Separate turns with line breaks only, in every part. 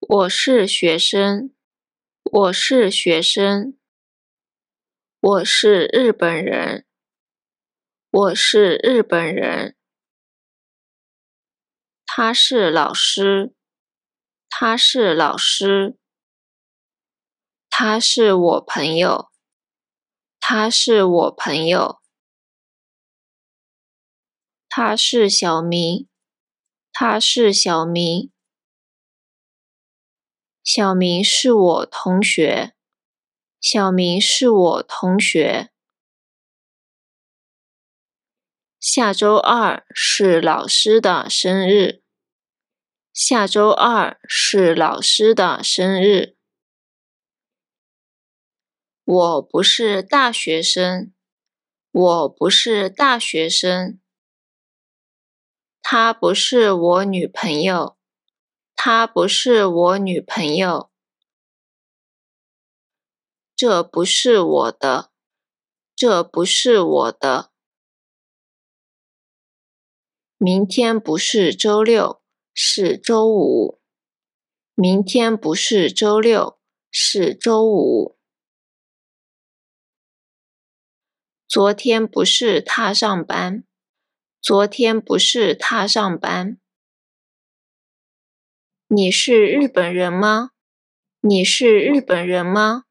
我是学生，我是学生。我是日本人，我是日本人。他是老师，他是老师。他是我朋友，他是我朋友。他是小明，他是小明。小明是我同学，小明是我同学。下周二是老师的生日，下周二是老师的生日。我不是大学生，我不是大学生。她不是我女朋友，她不是我女朋友。这不是我的，这不是我的。明天不是周六，是周五。明天不是周六，是周五。昨天不是他上班。昨天不是他上班。你是日本人吗？你是日本人吗？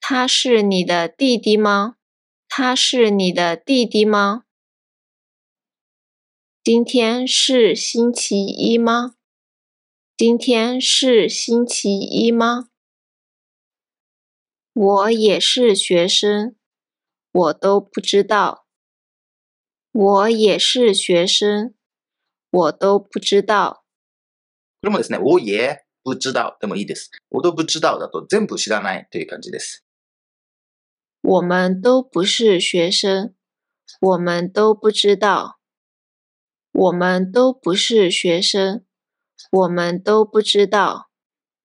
他是你的弟弟吗？他是你的弟弟吗？今天是星期一吗？今天是星期一吗？我也是学生，我都不知道。我也是学生，我都不知道。
これもですね、おいえ、不知道でもいいです。我都不知道だと全部知らないという感じです。
我们都不是学生，我们都不知道。我们都不是学生，我们都不知道。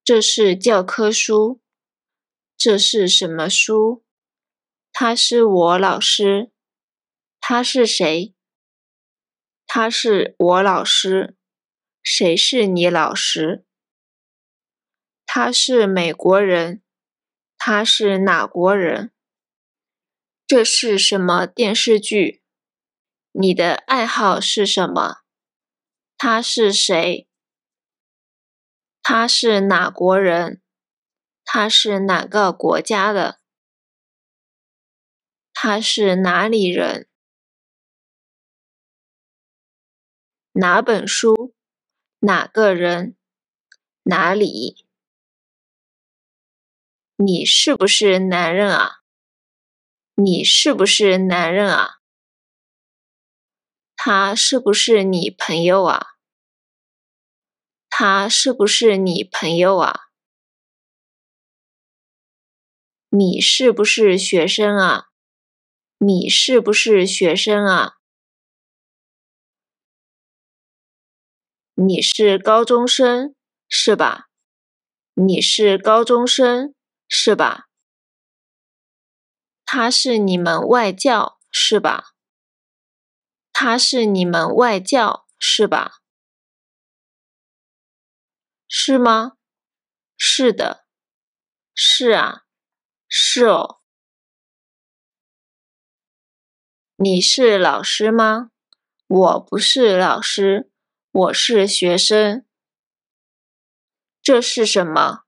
这是教科书，这是什么书？他是我老师。他是谁？他是我老师。谁是你老师？他是美国人。他是哪国人？这是什么电视剧？你的爱好是什么？他是谁？他是哪国人？他是哪个国家的？他是哪里人？哪本书？哪个人？哪里？你是不是男人啊？你是不是男人啊？他是不是你朋友啊？他是不是你朋友啊？你是不是学生啊？你是不是学生啊？你是高中生是吧？你是高中生是吧？他是你们外教是吧？他是你们外教是吧？是吗？是的。是啊。是哦。你是老师吗？我不是老师。我是学生。这是什么？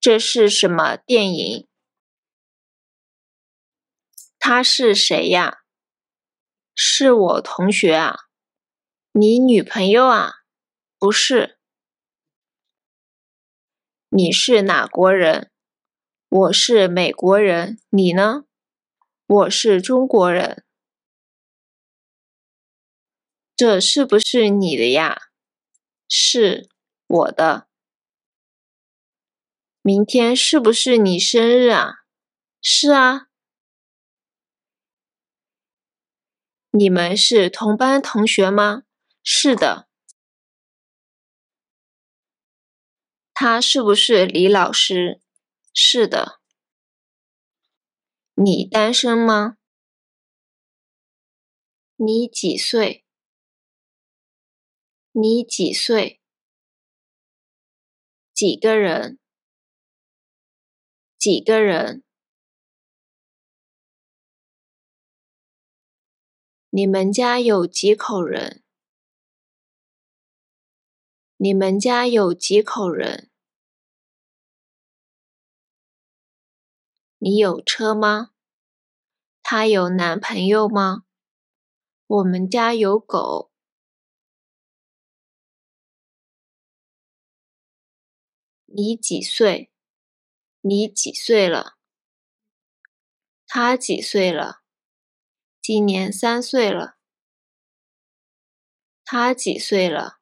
这是什么电影？他是谁呀？是我同学啊。你女朋友啊？不是。你是哪国人？我是美国人。你呢？我是中国人。这是不是你的呀？是我的。明天是不是你生日啊？是啊。你们是同班同学吗？是的。他是不是李老师？是的。你单身吗？你几岁？你几岁？几个人？几个人？你们家有几口人？你们家有几口人？你有车吗？她有男朋友吗？我们家有狗。你几岁？你几岁了？他几岁了？今年三岁了。他几岁了？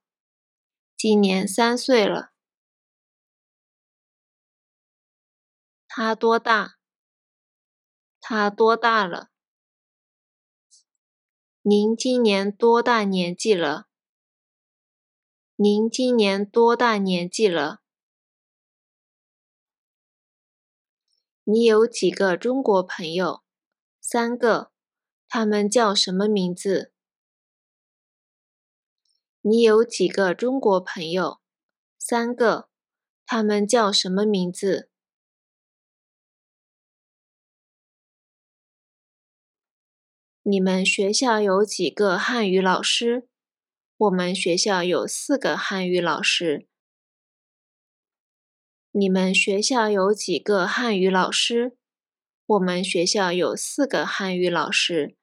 今年三岁了。他多大？他多大了？您今年多大年纪了？您今年多大年纪了？你有几个中国朋友？三个。他们叫什么名字？你有几个中国朋友？三个。他们叫什么名字？你们学校有几个汉语老师？我们学校有四个汉语老师。你们学校有几个汉语老师？我们学校有四个汉语老师。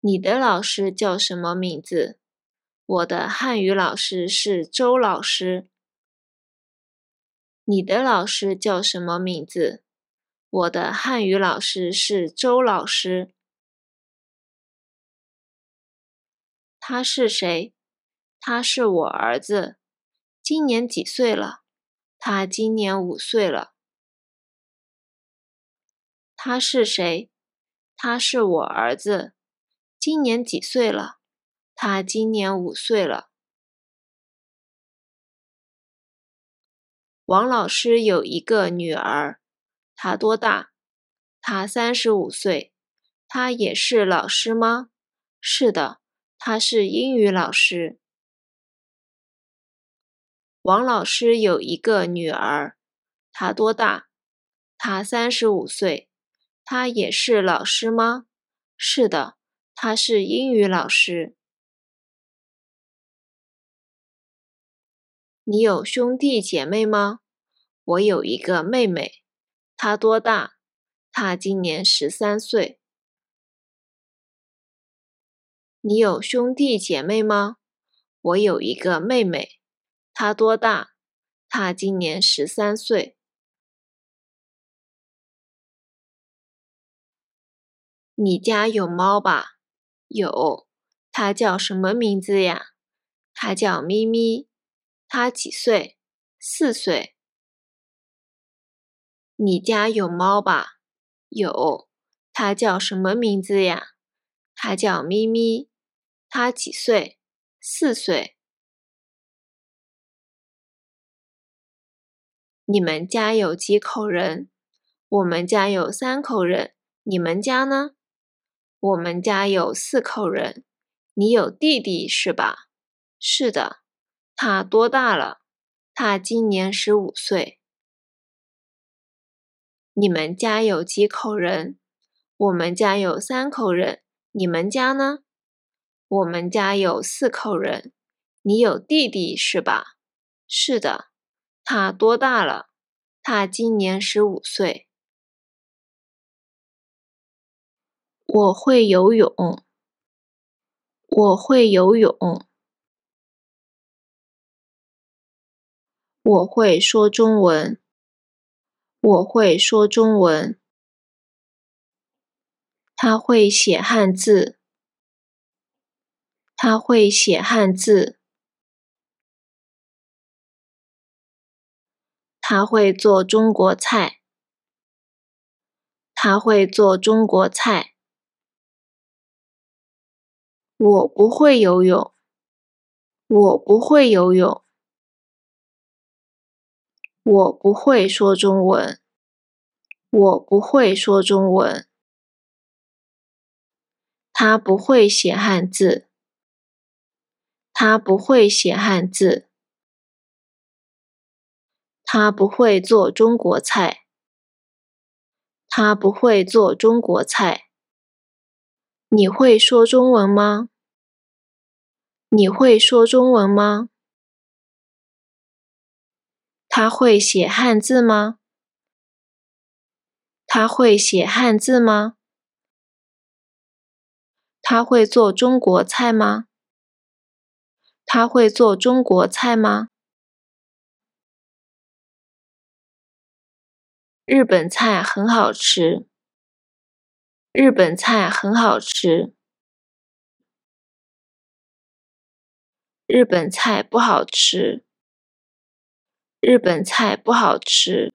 你的老师叫什么名字？我的汉语老师是周老师。你的老师叫什么名字？我的汉语老师是周老师。他是谁？他是我儿子。今年几岁了？他今年五岁了。他是谁？他是我儿子。今年几岁了？他今年五岁了。王老师有一个女儿，她多大？她三十五岁。她也是老师吗？是的，她是英语老师。王老师有一个女儿，她多大？她三十五岁。她也是老师吗？是的，她是英语老师。你有兄弟姐妹吗？我有一个妹妹，她多大？她今年十三岁。你有兄弟姐妹吗？我有一个妹妹。他多大？他今年十三岁。你家有猫吧？有。它叫什么名字呀？它叫咪咪。它几岁？四岁。你家有猫吧？有。它叫什么名字呀？它叫咪咪。它几岁？四岁。你们家有几口人？我们家有三口人。你们家呢？我们家有四口人。你有弟弟是吧？是的。他多大了？他今年十五岁。你们家有几口人？我们家有三口人。你们家呢？我们家有四口人。你有弟弟是吧？是的。他多大了？他今年十五岁。我会游泳。我会游泳。我会说中文。我会说中文。他会写汉字。他会写汉字。他会做中国菜，他会做中国菜。我不会游泳，我不会游泳，我不会说中文，我不会说中文。他不会写汉字，他不会写汉字。他不会做中国菜。他不会做中国菜。你会说中文吗？你会说中文吗？他会写汉字吗？他会写汉字吗？他会做中国菜吗？他会做中国菜吗？日本菜很好吃。日本菜很好吃。日本菜不好吃。日本菜不好吃。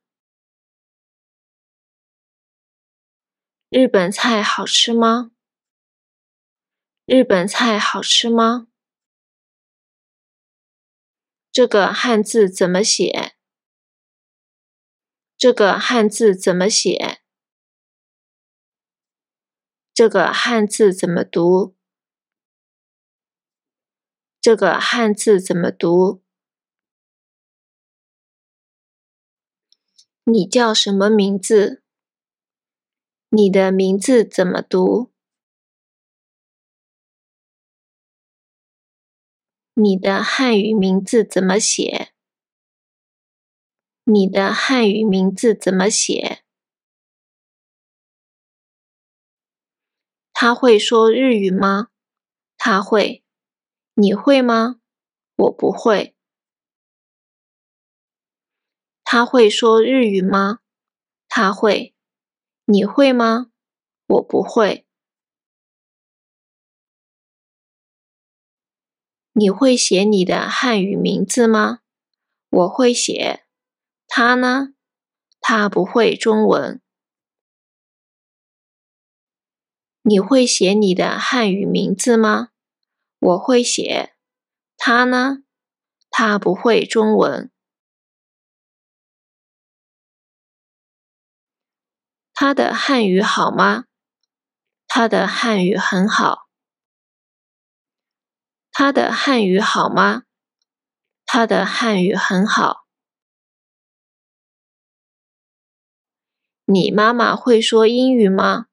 日本菜好吃吗？日本菜好吃吗？这个汉字怎么写？这个汉字怎么写？这个汉字怎么读？这个汉字怎么读？你叫什么名字？你的名字怎么读？你的汉语名字怎么写？你的汉语名字怎么写？他会说日语吗？他会。你会吗？我不会。他会说日语吗？他会。你会吗？我不会。你会写你的汉语名字吗？我会写。他呢？他不会中文。你会写你的汉语名字吗？我会写。他呢？他不会中文。他的汉语好吗？他的汉语很好。他的汉语好吗？他的汉语很好。你妈妈会说英语吗？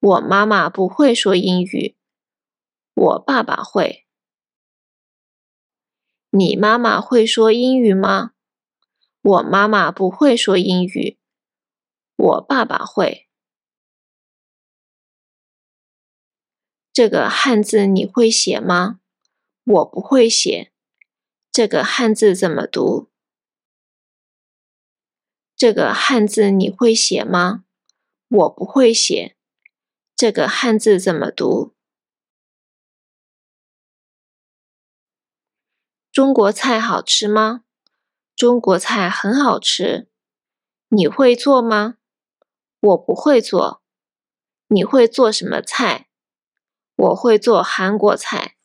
我妈妈不会说英语，我爸爸会。你妈妈会说英语吗？我妈妈不会说英语，我爸爸会。这个汉字你会写吗？我不会写。这个汉字怎么读？这个汉字你会写吗？我不会写。这个汉字怎么读？中国菜好吃吗？中国菜很好吃。你会做吗？我不会做。你会做什么菜？我会做韩国菜。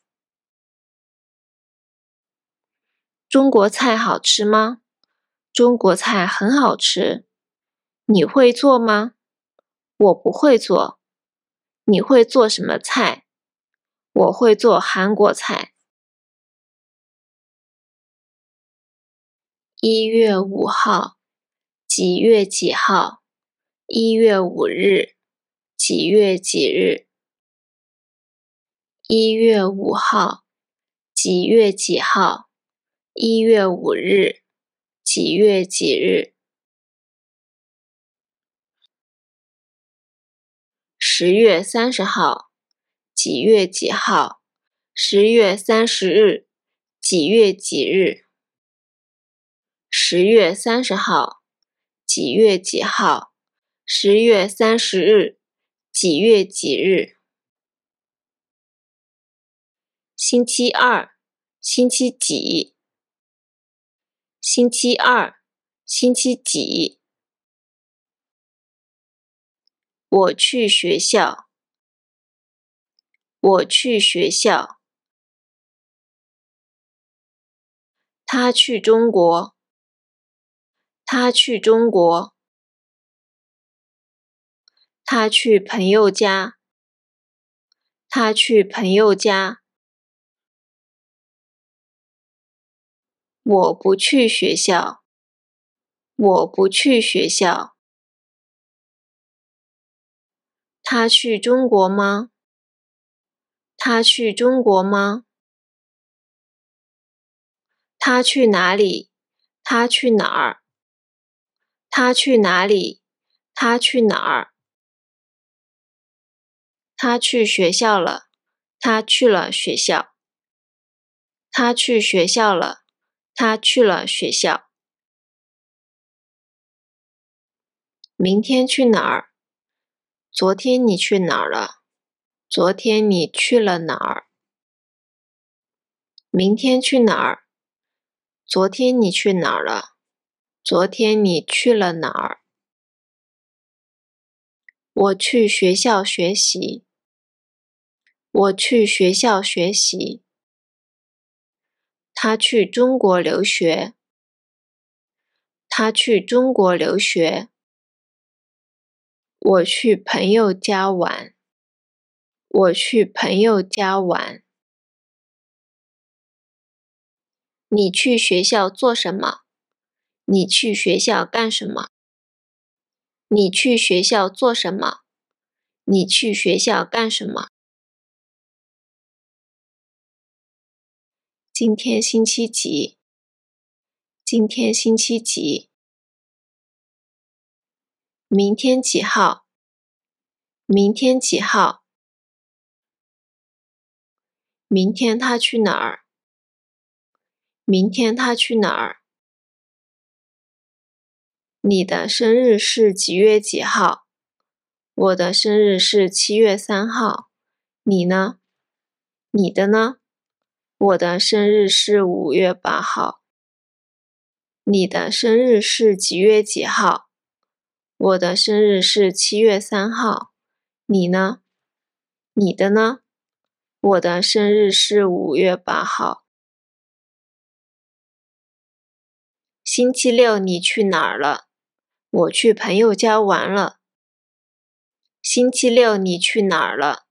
中国菜好吃吗？中国菜很好吃。你会做吗？我不会做。你会做什么菜？我会做韩国菜。一月五号，几月几号？一月五日，几月几日？一月五号，几月几号？一月五日。几月几日？十月三十号，几月几号？十月三十日，几月几日？十月三十号，几月几号？十月三十日，几月几日？星期二，星期几？星期二，星期几？我去学校。我去学校。他去中国。他去中国。他去朋友家。他去朋友家。我不去学校。我不去学校。他去中国吗？他去中国吗？他去哪里？他去哪儿？他去哪里？他去哪儿？他去学校了。他去了学校。他去学校了。他去了学校。明天去哪儿？昨天你去哪儿了？昨天你去了哪儿？明天去哪儿？昨天你去哪儿了？昨天你去了哪儿？我去学校学习。我去学校学习。他去中国留学。他去中国留学。我去朋友家玩。我去朋友家玩。你去学校做什么？你去学校干什么？你去学校做什么？你去学校干什么？今天星期几？今天星期几？明天几号？明天几号？明天他去哪儿？明天他去哪儿？你的生日是几月几号？我的生日是七月三号。你呢？你的呢？我的生日是五月八号。你的生日是几月几号？我的生日是七月三号。你呢？你的呢？我的生日是五月八号。星期六你去哪儿了？我去朋友家玩了。星期六你去哪儿了？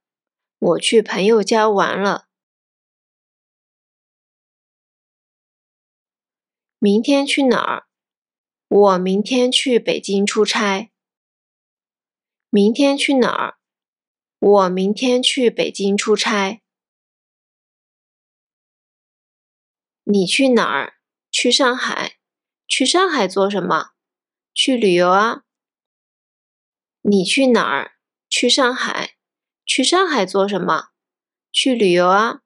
我去朋友家玩了。明天去哪儿？我明天去北京出差。明天去哪儿？我明天去北京出差。你去哪儿？去上海。去上海做什么？去旅游啊。你去哪儿？去上海。去上海做什么？去旅游啊。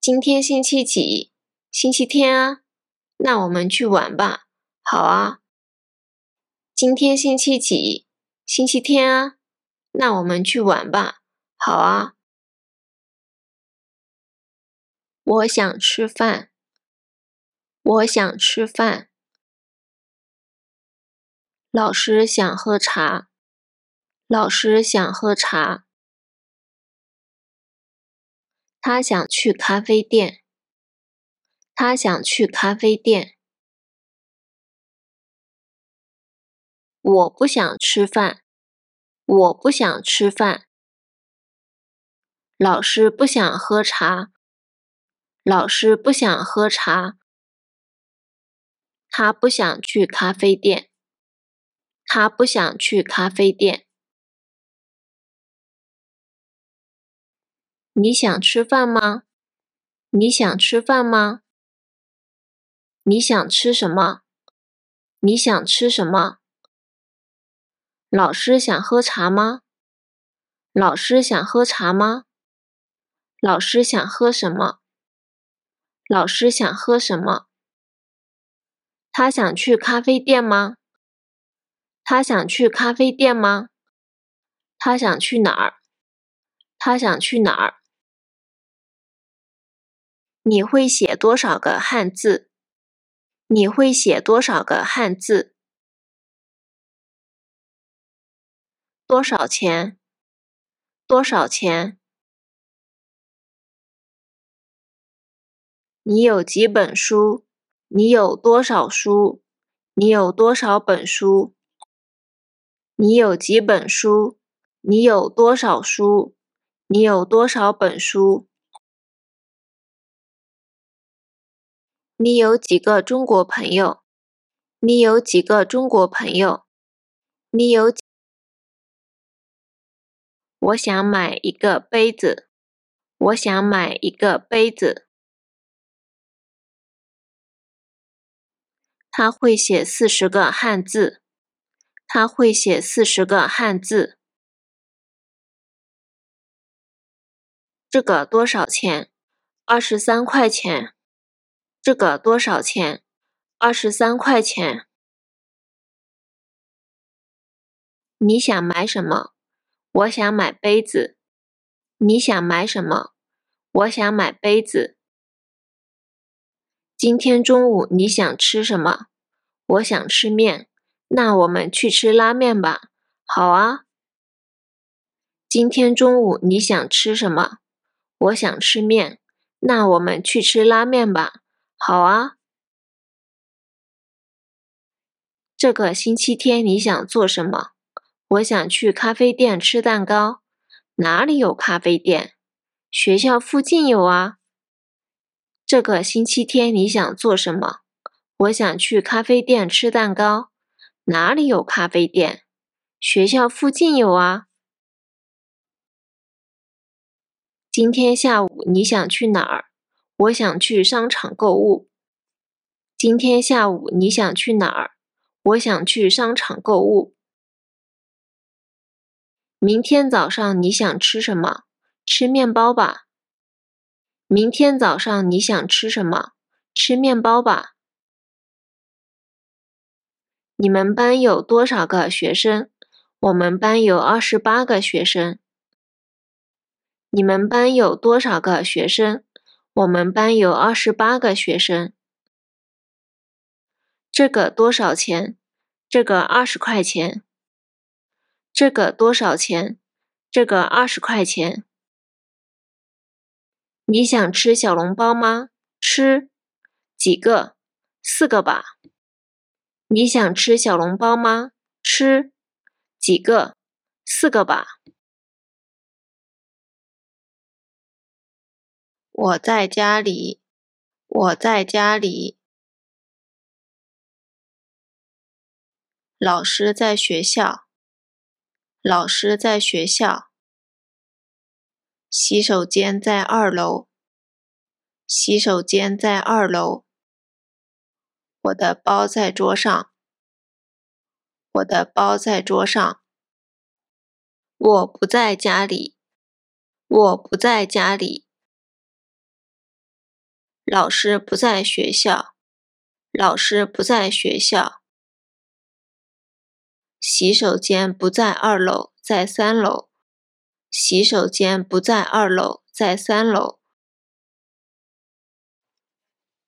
今天星期几？星期天啊。那我们去玩吧。好啊。今天星期几？星期天啊。那我们去玩吧。好啊。我想吃饭。我想吃饭。老师想喝茶。老师想喝茶。他想去咖啡店。他想去咖啡店。我不想吃饭。我不想吃饭。老师不想喝茶。老师不想喝茶，他不想去咖啡店，他不想去咖啡店。你想吃饭吗？你想吃饭吗？你想吃什么？你想吃什么？老师想喝茶吗？老师想喝茶吗？老师想喝什么？老师想喝什么？他想去咖啡店吗？他想去咖啡店吗？他想去哪儿？他想去哪儿？你会写多少个汉字？你会写多少个汉字？多少钱？多少钱？你有几本书？你有多少书？你有多少本书？你有几本书？你有多少书？你有多少本书？你有几个中国朋友？你有几个中国朋友？你有几？我想买一个杯子。我想买一个杯子。他会写四十个汉字。他会写四十个汉字。这个多少钱？二十三块钱。这个多少钱？二十三块钱。你想买什么？我想买杯子。你想买什么？我想买杯子。今天中午你想吃什么？我想吃面。那我们去吃拉面吧。好啊。今天中午你想吃什么？我想吃面。那我们去吃拉面吧。好啊。这个星期天你想做什么？我想去咖啡店吃蛋糕。哪里有咖啡店？学校附近有啊。这个星期天你想做什么？我想去咖啡店吃蛋糕。哪里有咖啡店？学校附近有啊。今天下午你想去哪儿？我想去商场购物。今天下午你想去哪儿？我想去商场购物。明天早上你想吃什么？吃面包吧。明天早上你想吃什么？吃面包吧。你们班有多少个学生？我们班有二十八个学生。你们班有多少个学生？我们班有二十八个学生。这个多少钱？这个二十块钱。这个多少钱？这个二十块钱。你想吃小笼包吗？吃。几个？四个吧。你想吃小笼包吗？吃。几个？四个吧。我在家里，我在家里。老师在学校，老师在学校。洗手间在二楼，洗手间在二楼。我的包在桌上，我的包在桌上。我不在家里，我不在家里。老师不在学校，老师不在学校。洗手间不在二楼，在三楼。洗手间不在二楼，在三楼。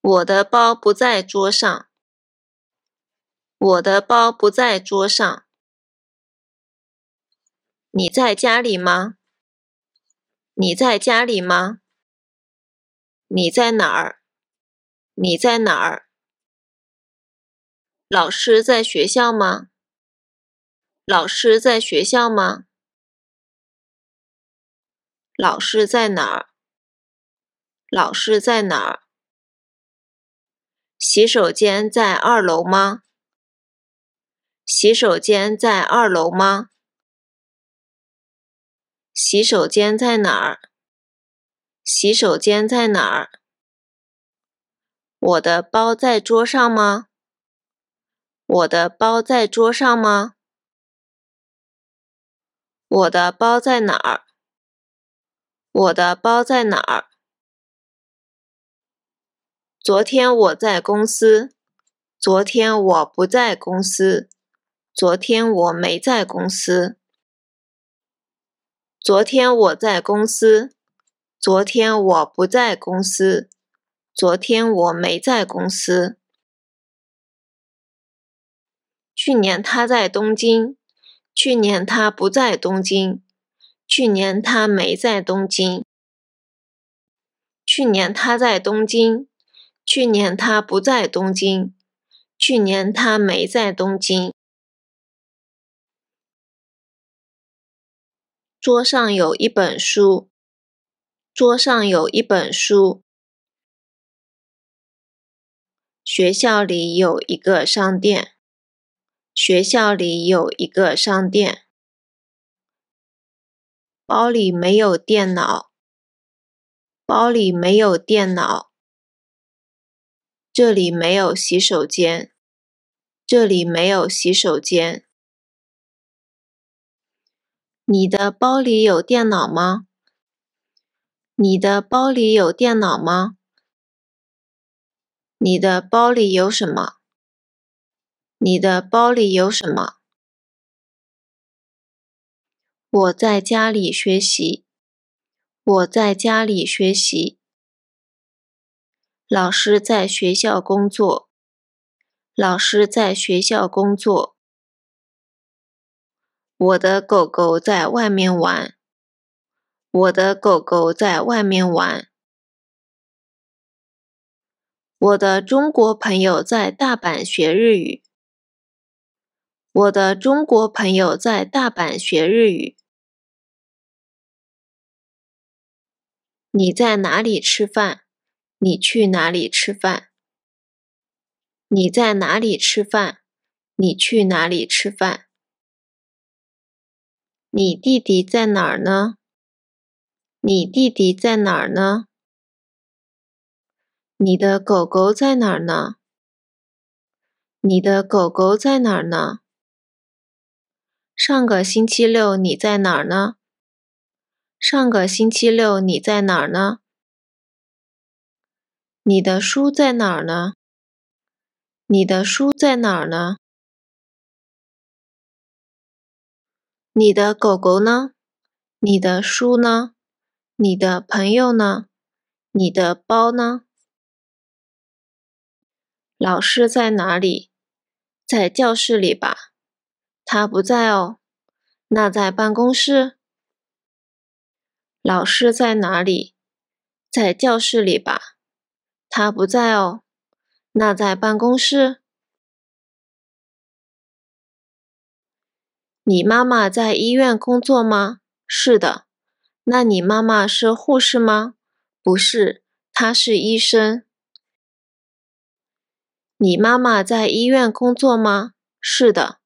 我的包不在桌上，我的包不在桌上。你在家里吗？你在家里吗？你在哪儿？你在哪儿？老师在学校吗？老师在学校吗？老师在哪儿？老师在哪儿？洗手间在二楼吗？洗手间在二楼吗？洗手间在哪儿？洗手间在哪儿？我的包在桌上吗？我的包在桌上吗？我的包在哪儿？我的包在哪儿？昨天我在公司，昨天我不在公司，昨天我没在公司。昨天我在公司。昨天我不在公司，昨天我没在公司。去年他在东京，去年他不在东京，去年他没在东京。去年他在东京，去年他不在东京，去年他没在东京。桌上有一本书。桌上有一本书。学校里有一个商店。学校里有一个商店。包里没有电脑。包里没有电脑。这里没有洗手间。这里没有洗手间。你的包里有电脑吗？你的包里有电脑吗？你的包里有什么？你的包里有什么？我在家里学习。我在家里学习。老师在学校工作。老师在学校工作。我的狗狗在外面玩。我的狗狗在外面玩。我的中国朋友在大阪学日语。我的中国朋友在大阪学日语。你在哪里吃饭？你去哪里吃饭？你在哪里吃饭？你去哪里吃饭？你弟弟在哪儿呢？你弟弟在哪儿呢？你的狗狗在哪儿呢？你的狗狗在哪儿呢？上个星期六你在哪儿呢？上个星期六你在哪儿呢？你的书在哪儿呢？你的书在哪儿呢？你的狗狗呢？你的书呢？你的朋友呢？你的包呢？老师在哪里？在教室里吧。他不在哦。那在办公室？老师在哪里？在教室里吧。他不在哦。那在办公室？你妈妈在医院工作吗？是的。那你妈妈是护士吗？不是，她是医生。你妈妈在医院工作吗？是的。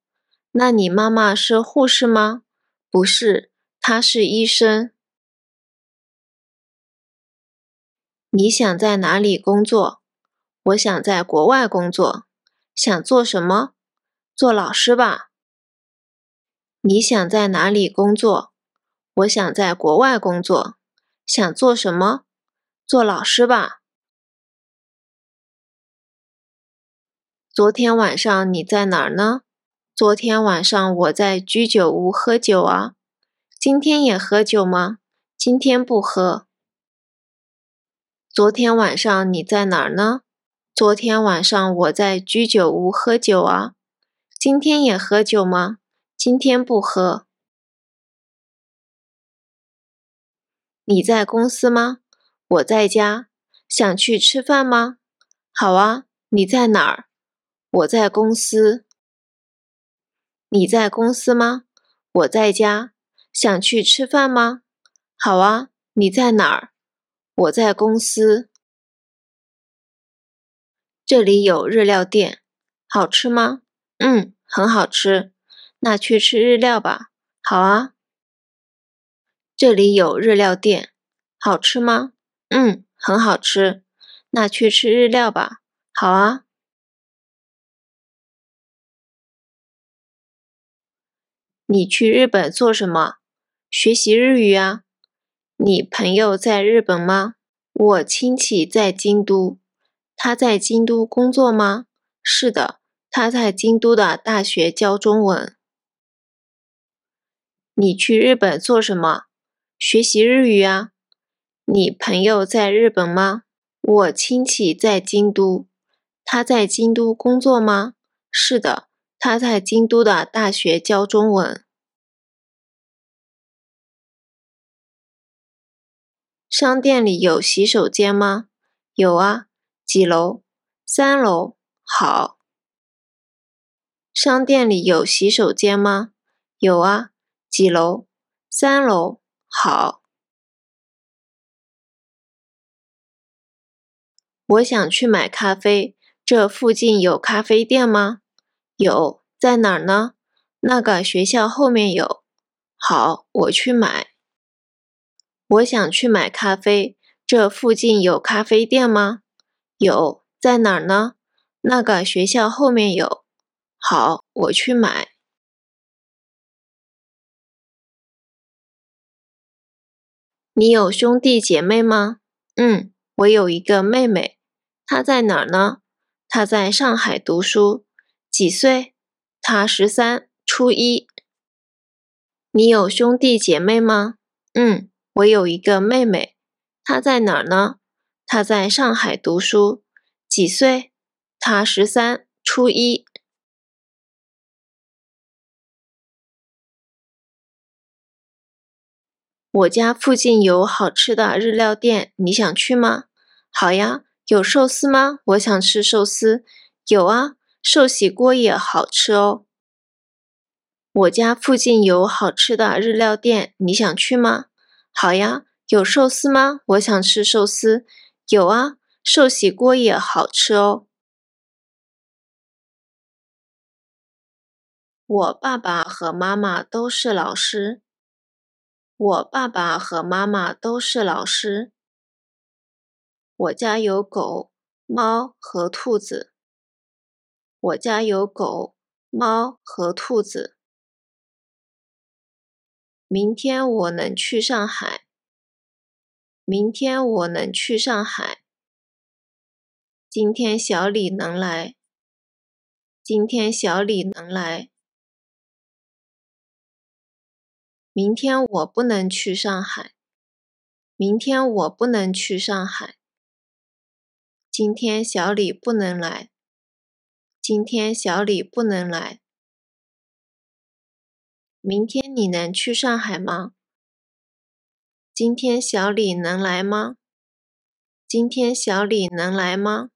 那你妈妈是护士吗？不是，她是医生。你想在哪里工作？我想在国外工作。想做什么？做老师吧。你想在哪里工作？我想在国外工作。想做什么？做老师吧。昨天晚上你在哪儿呢？昨天晚上我在居酒屋喝酒啊。今天也喝酒吗？今天不喝。昨天晚上你在哪儿呢？昨天晚上我在居酒屋喝酒啊。今天也喝酒吗？今天不喝。你在公司吗？我在家。想去吃饭吗？好啊。你在哪儿？我在公司。你在公司吗？我在家。想去吃饭吗？好啊。你在哪儿？我在公司。这里有日料店，好吃吗？嗯，很好吃。那去吃日料吧。好啊。这里有日料店，好吃吗？嗯，很好吃。那去吃日料吧。好啊。你去日本做什么？学习日语啊。你朋友在日本吗？我亲戚在京都。他在京都工作吗？是的，他在京都的大学教中文。你去日本做什么？学习日语啊。你朋友在日本吗？我亲戚在京都。他在京都工作吗？是的，他在京都的大学教中文。商店里有洗手间吗？有啊，几楼？三楼。好。商店里有洗手间吗？有啊，几楼？三楼。好。我想去买咖啡，这附近有咖啡店吗？有，在哪儿呢？那个学校后面有。好，我去买。我想去买咖啡，这附近有咖啡店吗？有，在哪儿呢？那个学校后面有。好，我去买。你有兄弟姐妹吗？嗯，我有一个妹妹，她在哪儿呢？她在上海读书，几岁？她十三，初一。你有兄弟姐妹吗？嗯，我有一个妹妹，她在哪儿呢？她在上海读书，几岁？她十三，初一。我家附近有好吃的日料店，你想去吗？好呀，有寿司吗？我想吃寿司。有啊，寿喜锅也好吃哦。我家附近有好吃的日料店，你想去吗？好呀，有寿司吗？我想吃寿司。有啊，寿喜锅也好吃哦。我爸爸和妈妈都是老师。我爸爸和妈妈都是老师。我家有狗、猫和兔子。我家有狗、猫和兔子。明天我能去上海。明天我能去上海。今天小李能来。今天小李能来。明天我不能去上海。明天我不能去上海。今天小李不能来。今天小李不能来。明天你能去上海吗？今天小李能来吗？今天小李能来吗？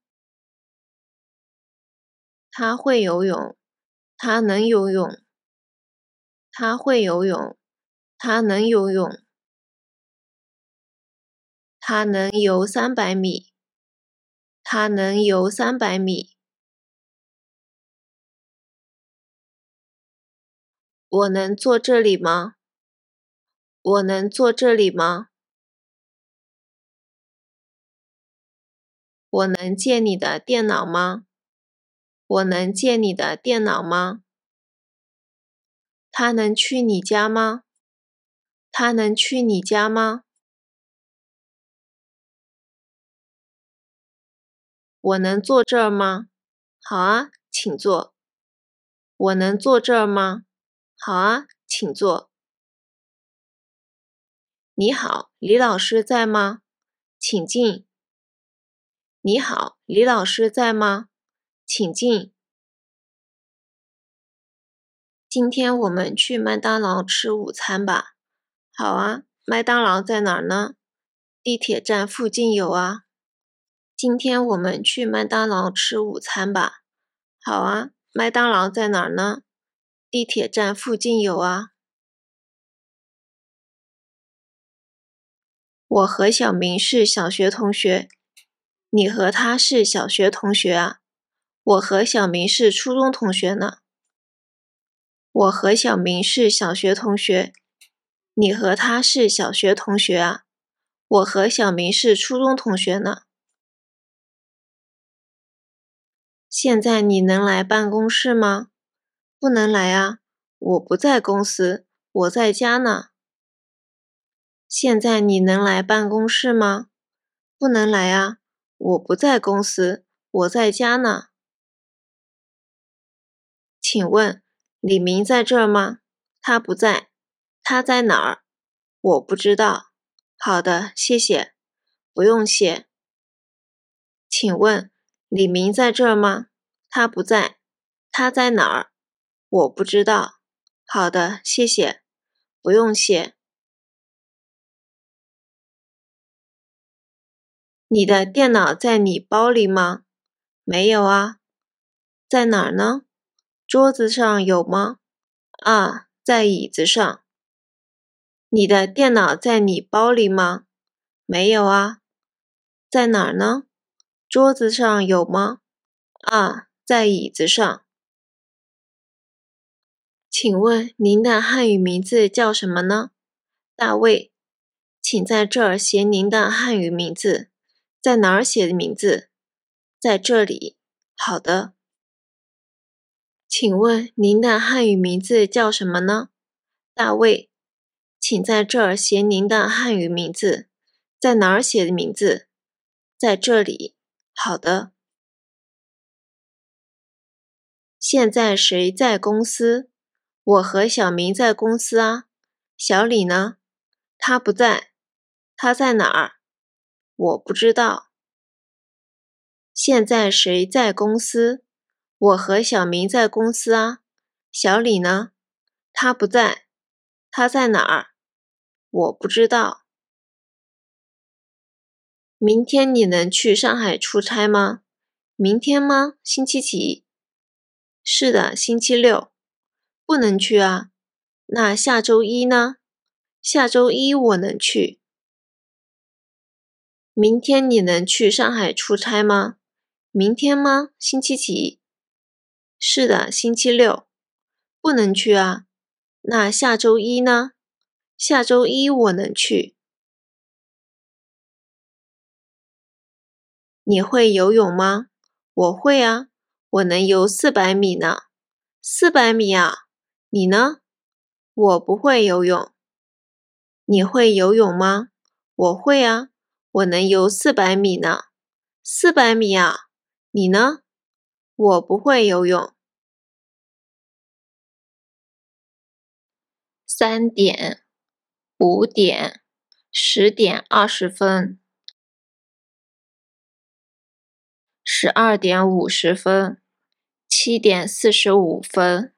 他会游泳，他能游泳。他会游泳。他能游泳，他能游三百米，他能游三百米。我能坐这里吗？我能坐这里吗？我能借你的电脑吗？我能借你的电脑吗？他能去你家吗？他能去你家吗？我能坐这儿吗？好啊，请坐。我能坐这儿吗？好啊，请坐。你好，李老师在吗？请进。你好，李老师在吗？请进。今天我们去麦当劳吃午餐吧。好啊，麦当劳在哪儿呢？地铁站附近有啊。今天我们去麦当劳吃午餐吧。好啊，麦当劳在哪儿呢？地铁站附近有啊。我和小明是小学同学，你和他是小学同学啊？我和小明是初中同学呢。我和小明是小学同学。你和他是小学同学啊？我和小明是初中同学呢。现在你能来办公室吗？不能来啊，我不在公司，我在家呢。现在你能来办公室吗？不能来啊，我不在公司，我在家呢。请问李明在这儿吗？他不在。他在哪儿？我不知道。好的，谢谢。不用谢。请问李明在这儿吗？他不在。他在哪儿？我不知道。好的，谢谢。不用谢。你的电脑在你包里吗？没有啊。在哪儿呢？桌子上有吗？啊，在椅子上。你的电脑在你包里吗？没有啊，在哪儿呢？桌子上有吗？啊，在椅子上。请问您的汉语名字叫什么呢？大卫，请在这儿写您的汉语名字，在哪儿写的名字？在这里。好的。请问您的汉语名字叫什么呢？大卫，请在这儿写您的汉语名字，在哪儿写的名字？在这里。好的。现在谁在公司？我和小明在公司啊。小李呢？他不在。他在哪儿？我不知道。现在谁在公司？我和小明在公司啊。小李呢？他不在。他在哪儿？我不知道。明天你能去上海出差吗？明天吗？星期几？是的，星期六。不能去啊。那下周一呢？下周一我能去。明天你能去上海出差吗？明天吗？星期几？是的，星期六。不能去啊。那下周一呢？下周一我能去。你会游泳吗？我会啊，我能游四百米呢。四百米啊。你呢？我不会游泳。你会游泳吗？我会啊，我能游四百米呢。四百米啊，你呢？我不会游泳。三点、五点、十点二十分、十二点五十分、七点四十五分。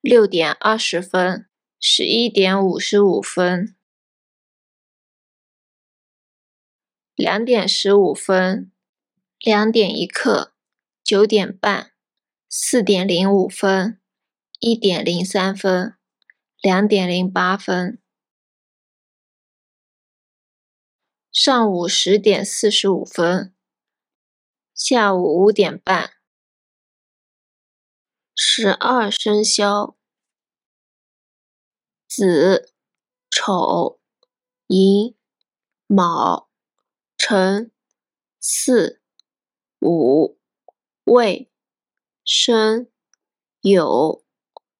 六点二十分，十一点五十五分，两点十五分，两点一刻，九点半，四点零五分，一点零三分，两点零八分，上午十点四十五分，下午五点半。十二生肖：子、丑、寅、卯、辰、巳、午、未、申、酉、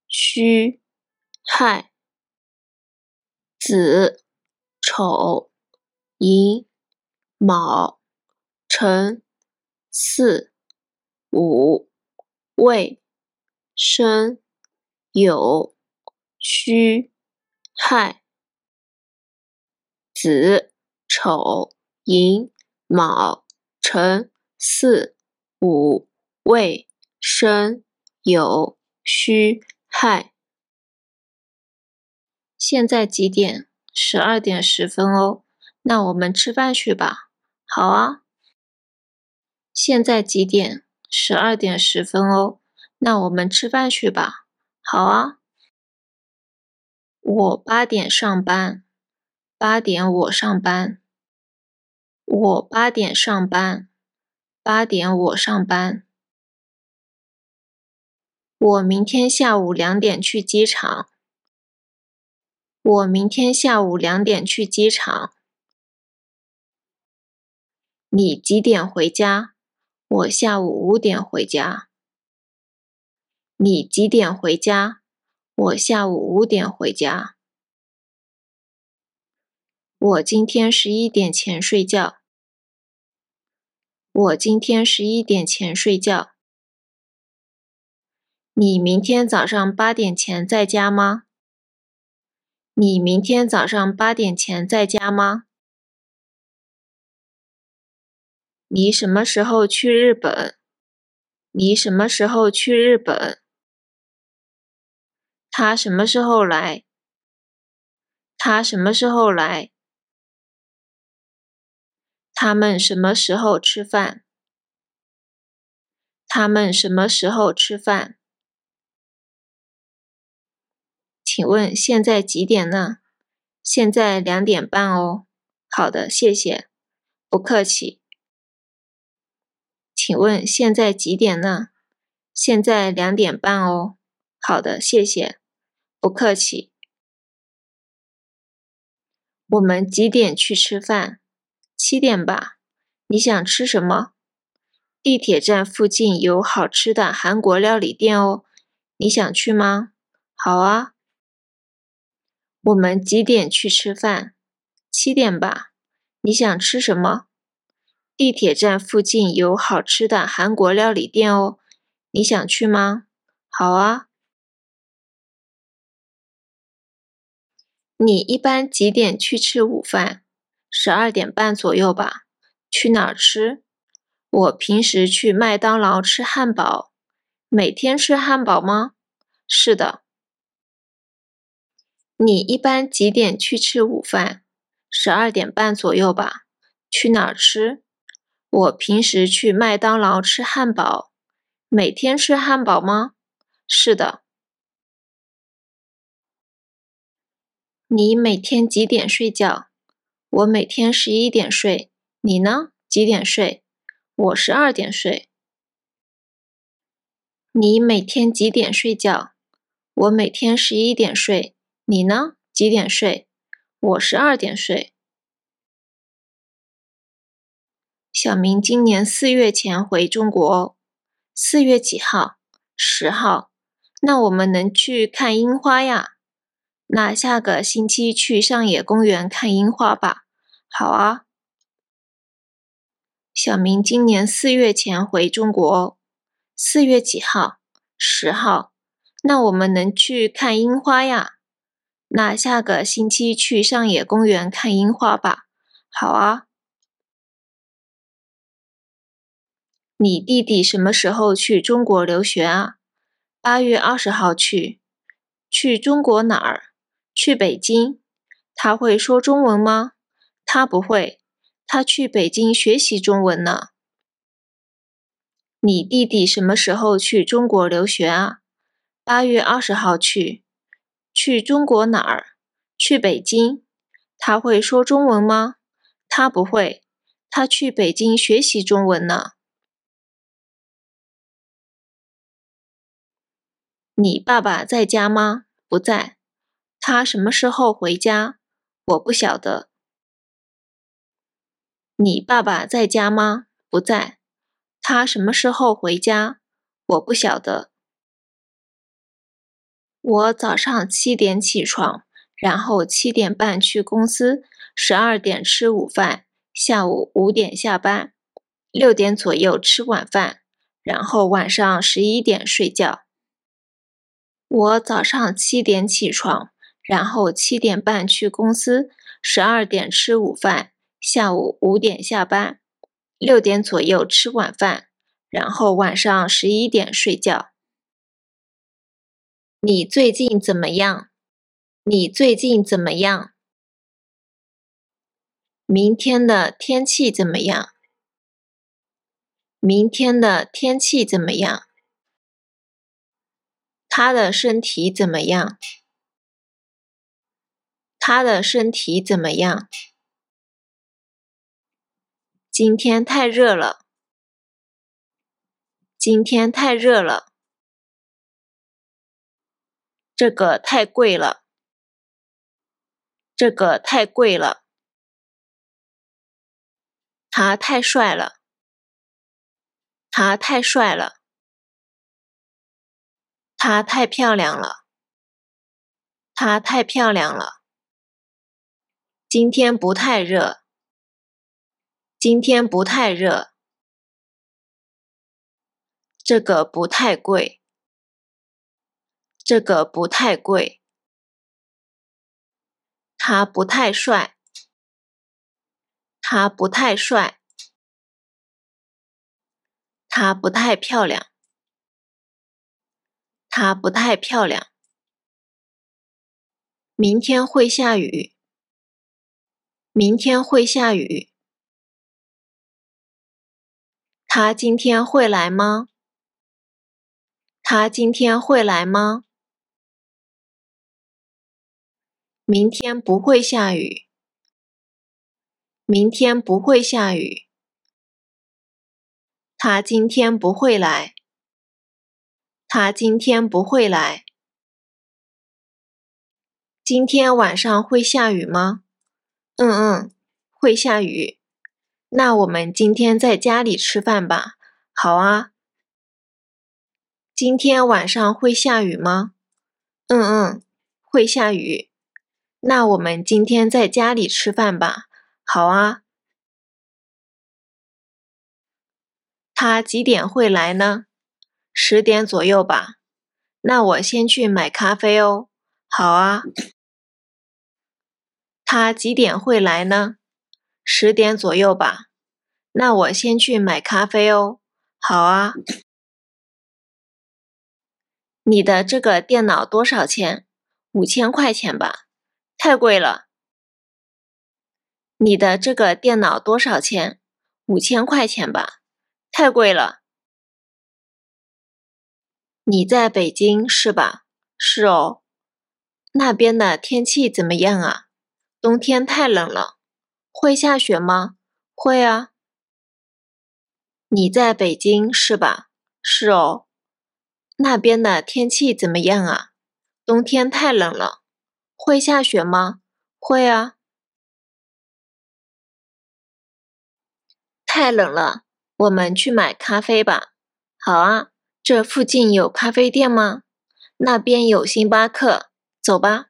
戌、亥。子、丑、寅、卯、辰、巳、午、未。申、酉、戌、亥、子、丑、寅、卯、辰、巳、午、未、申、酉、戌、亥。现在几点？十二点十分哦。那我们吃饭去吧。好啊。现在几点？十二点十分哦。那我们吃饭去吧。好啊，我八点上班，八点我上班，我八点上班，八点我上班。我明天下午两点去机场。我明天下午两点去机场。你几点回家？我下午五点回家。你几点回家？我下午五点回家。我今天十一点前睡觉。我今天十一点前睡觉。你明天早上八点前在家吗？你明天早上八点前在家吗？你什么时候去日本？你什么时候去日本？他什么时候来？他什么时候来？他们什么时候吃饭？他们什么时候吃饭？请问现在几点呢？现在两点半哦。好的，谢谢，不客气。请问现在几点呢？现在两点半哦。好的，谢谢。不客气。我们几点去吃饭？七点吧。你想吃什么？地铁站附近有好吃的韩国料理店哦，你想去吗？好啊。我们几点去吃饭？七点吧。你想吃什么？地铁站附近有好吃的韩国料理店哦，你想去吗？好啊。你一般几点去吃午饭？十二点半左右吧。去哪儿吃？我平时去麦当劳吃汉堡。每天吃汉堡吗？是的。你一般几点去吃午饭？十二点半左右吧。去哪儿吃？我平时去麦当劳吃汉堡。每天吃汉堡吗？是的。你每天几点睡觉？我每天十一点睡。你呢？几点睡？我十二点睡。你每天几点睡觉？我每天十一点睡。你呢？几点睡？我十二点睡。小明今年四月前回中国哦。四月几号？十号。那我们能去看樱花呀？那下个星期去上野公园看樱花吧。好啊。小明今年四月前回中国哦。四月几号？十号。那我们能去看樱花呀？那下个星期去上野公园看樱花吧。好啊。你弟弟什么时候去中国留学啊？八月二十号去。去中国哪儿？去北京。他会说中文吗？他不会。他去北京学习中文呢。你弟弟什么时候去中国留学啊？八月二十号去。去中国哪儿？去北京。他会说中文吗？他不会。他去北京学习中文呢。你爸爸在家吗？不在。他什么时候回家？我不晓得。你爸爸在家吗？不在。他什么时候回家？我不晓得。我早上七点起床，然后七点半去公司，十二点吃午饭，下午五点下班，六点左右吃晚饭，然后晚上十一点睡觉。我早上七点起床，然后七点半去公司，十二点吃午饭，下午五点下班，六点左右吃晚饭，然后晚上十一点睡觉。你最近怎么样？你最近怎么样？明天的天气怎么样？明天的天气怎么样？他的身体怎么样？他的身体怎么样？今天太热了。今天太热了。这个太贵了。这个太贵了。他太帅了。他太帅了。她太漂亮了，她太漂亮了。今天不太热，今天不太热。这个不太贵，这个不太贵。他不太帅，他不太帅。她不太漂亮。她不太漂亮。明天会下雨。明天会下雨。她今天会来吗？她今天会来吗？明天不会下雨。明天不会下雨。他今天不会来。他今天不会来。今天晚上会下雨吗？嗯嗯，会下雨。那我们今天在家里吃饭吧。好啊。今天晚上会下雨吗？嗯嗯，会下雨。那我们今天在家里吃饭吧。好啊。他几点会来呢？十点左右吧。那我先去买咖啡哦。好啊。他几点会来呢？十点左右吧。那我先去买咖啡哦。好啊。你的这个电脑多少钱？五千块钱吧，太贵了。你的这个电脑多少钱？五千块钱吧，太贵了。你在北京是吧？是哦。那边的天气怎么样啊？冬天太冷了。会下雪吗？会啊。你在北京是吧？是哦。那边的天气怎么样啊？冬天太冷了。会下雪吗？会啊。太冷了，我们去买咖啡吧。好啊，这附近有咖啡店吗？那边有星巴克，走吧。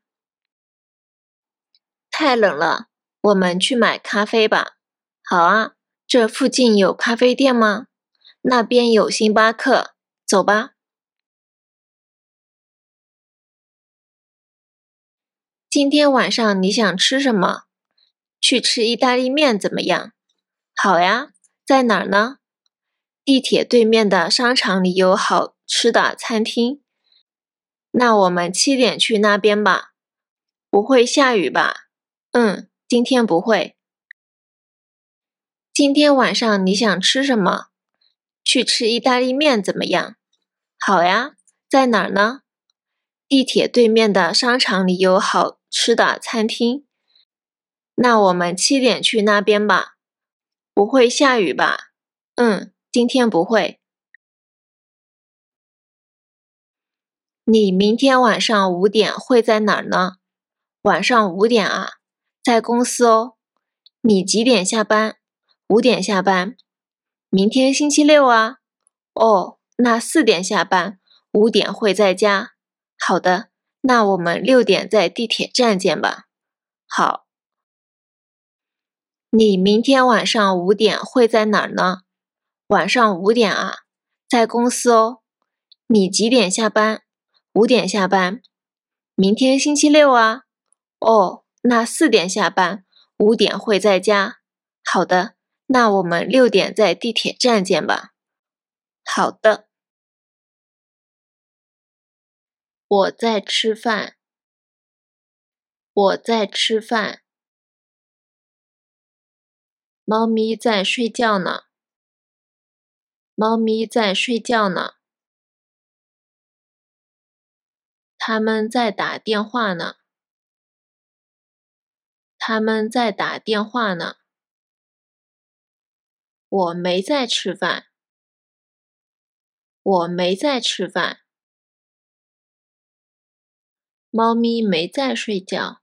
太冷了，我们去买咖啡吧。好啊，这附近有咖啡店吗？那边有星巴克，走吧。今天晚上你想吃什么？去吃意大利面怎么样？好呀，在哪儿呢？地铁对面的商场里有好吃的餐厅。那我们七点去那边吧。不会下雨吧？嗯，今天不会。今天晚上你想吃什么？去吃意大利面怎么样？好呀，在哪儿呢？地铁对面的商场里有好吃的餐厅。那我们七点去那边吧。不会下雨吧？嗯，今天不会。你明天晚上五点会在哪儿呢？晚上五点啊，在公司哦。你几点下班？五点下班。明天星期六啊。哦，那四点下班，五点会在家。好的，那我们六点在地铁站见吧。好。你明天晚上五点会在哪儿呢？晚上五点啊，在公司哦。你几点下班？五点下班。明天星期六啊。哦，那四点下班，五点会在家。好的，那我们六点在地铁站见吧。好的。我在吃饭。我在吃饭。猫咪在睡觉呢。猫咪在睡觉呢。他们在打电话呢。他们在打电话呢。我没在吃饭。我没在吃饭。猫咪没在睡觉。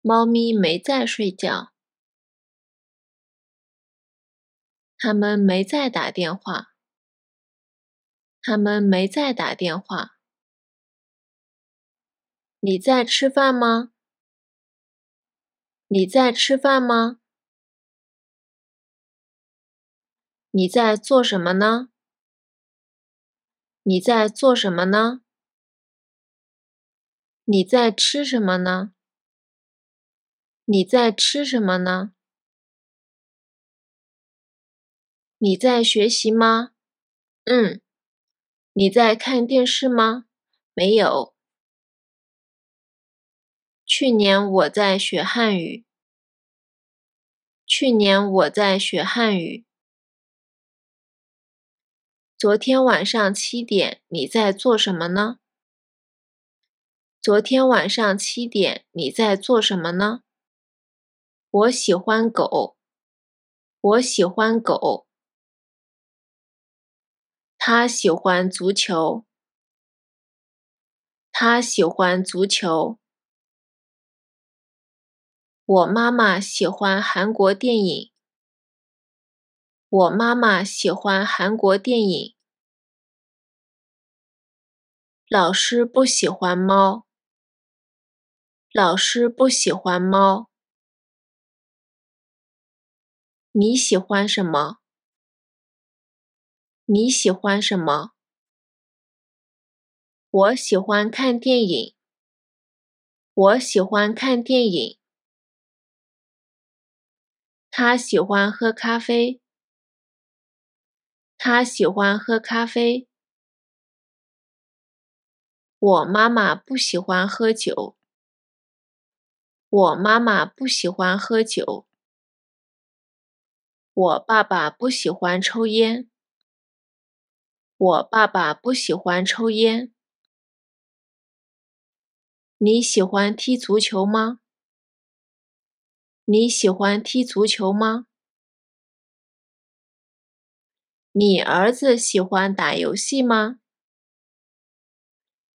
猫咪没在睡觉。他们没在打电话。他们没在打电话。你在吃饭吗？你在吃饭吗？你在做什么呢？你在做什么呢？你在吃什么呢？你在吃什么呢？你在学习吗？嗯。你在看电视吗？没有。去年我在学汉语。去年我在学汉语。昨天晚上七点你在做什么呢？昨天晚上七点你在做什么呢？我喜欢狗。我喜欢狗。他喜欢足球。他喜欢足球。我妈妈喜欢韩国电影。我妈妈喜欢韩国电影。老师不喜欢猫。老师不喜欢猫。你喜欢什么？你喜欢什么？我喜欢看电影。我喜欢看电影。他喜欢喝咖啡。他喜欢喝咖啡。我妈妈不喜欢喝酒。我妈妈不喜欢喝酒。我爸爸不喜欢抽烟。我爸爸不喜欢抽烟。你喜欢踢足球吗？你喜欢踢足球吗？你儿子喜欢打游戏吗？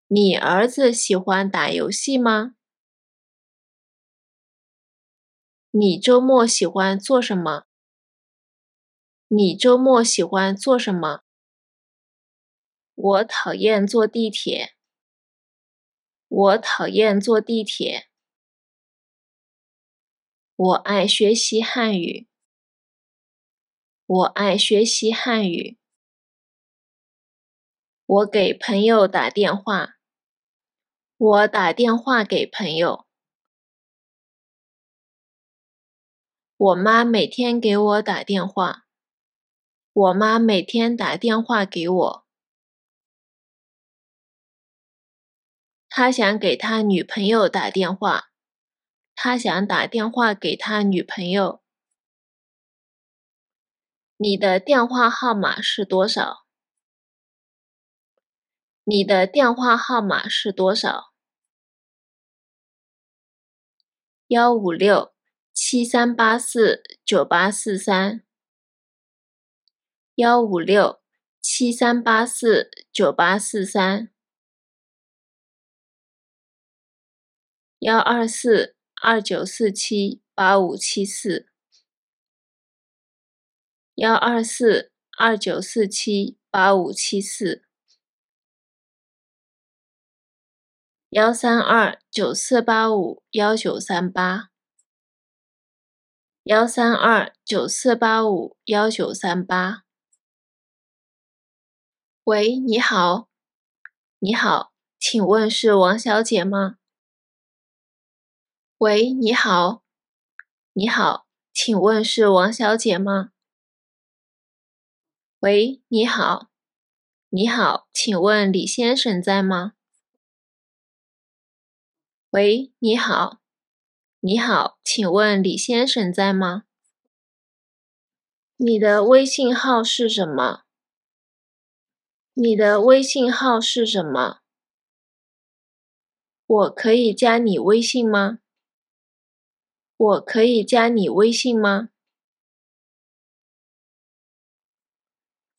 你儿子喜欢打游戏吗？你周末喜欢做什么？你周末喜欢做什么？我讨厌坐地铁。我讨厌坐地铁。我爱学习汉语。我爱学习汉语。我给朋友打电话。我打电话给朋友。我妈每天给我打电话。我妈每天打电话给我。他想给他女朋友打电话，他想打电话给他女朋友。你的电话号码是多少？你的电话号码是多少？幺五六七三八四九八四三，幺五六七三八四九八四三。幺二四二九四七八五七四，幺二四二九四七八五七四，幺三二九四八五幺九三八，幺三二九四八五幺九三八。喂，你好，你好，请问是王小姐吗？喂，你好，你好，请问是王小姐吗？喂，你好，你好，请问李先生在吗？喂，你好，你好，请问李先生在吗？你的微信号是什么？你的微信号是什么？我可以加你微信吗？我可以加你微信吗？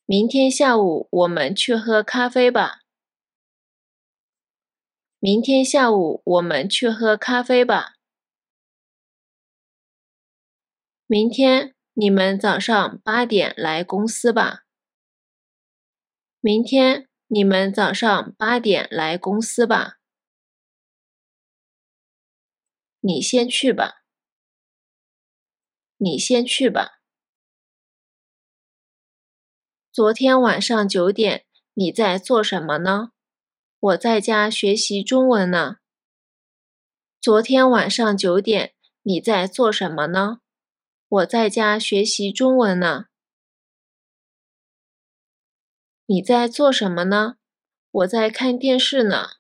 明天下午我们去喝咖啡吧。明天下午我们去喝咖啡吧。明天你们早上八点来公司吧。明天你们早上八点来公司吧。你先去吧。你先去吧。昨天晚上九点你在做什么呢？我在家学习中文呢。昨天晚上九点你在做什么呢？我在家学习中文呢。你在做什么呢？我在看电视呢。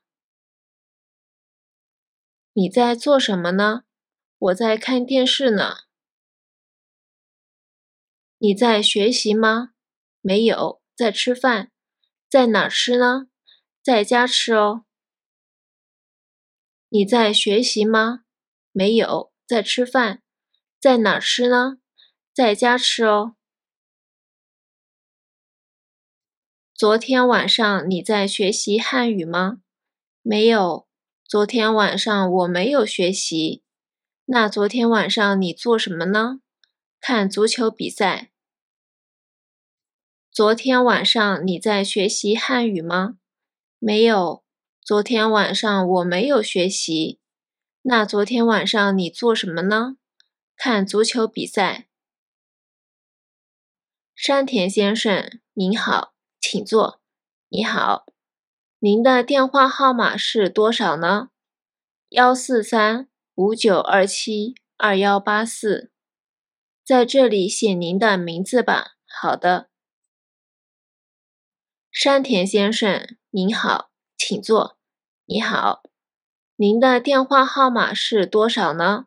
你在做什么呢？我在看电视呢。你在学习吗？没有，在吃饭。在哪儿吃呢？在家吃哦。你在学习吗？没有，在吃饭。在哪儿吃呢？在家吃哦。昨天晚上你在学习汉语吗？没有，昨天晚上我没有学习。那昨天晚上你做什么呢？看足球比赛。昨天晚上你在学习汉语吗？没有，昨天晚上我没有学习。那昨天晚上你做什么呢？看足球比赛。山田先生，您好，请坐。你好，您的电话号码是多少呢？幺四三五九二七二幺八四，在这里写您的名字吧。好的。山田先生，您好，请坐。你好，您的电话号码是多少呢？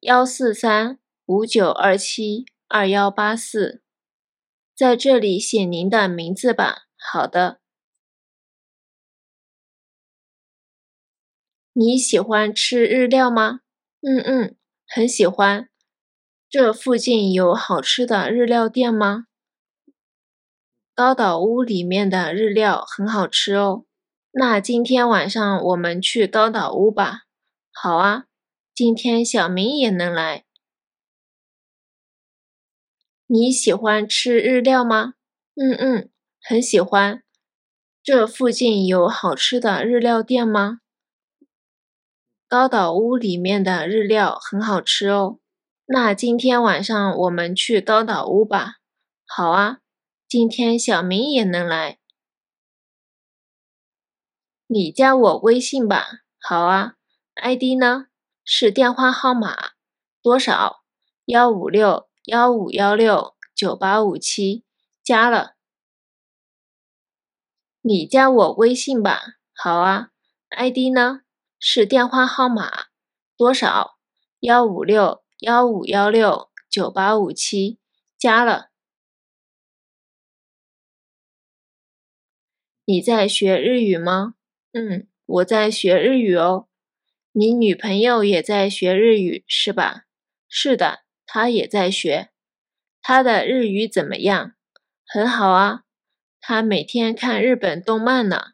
幺四三五九二七二幺八四。在这里写您的名字吧。好的。你喜欢吃日料吗？嗯嗯，很喜欢。这附近有好吃的日料店吗？高岛屋里面的日料很好吃哦。那今天晚上我们去高岛屋吧。好啊，今天小明也能来。你喜欢吃日料吗？嗯嗯，很喜欢。这附近有好吃的日料店吗？高岛屋里面的日料很好吃哦。那今天晚上我们去高岛屋吧。好啊，今天小明也能来。你加我微信吧。好啊，ID 呢？是电话号码，多少？幺五六幺五幺六九八五七，加了。你加我微信吧。好啊，ID 呢？是电话号码，多少？幺五六幺五幺六九八五七，加了。你在学日语吗？嗯，我在学日语哦。你女朋友也在学日语是吧？是的。他也在学。他的日语怎么样？很好啊，他每天看日本动漫呢，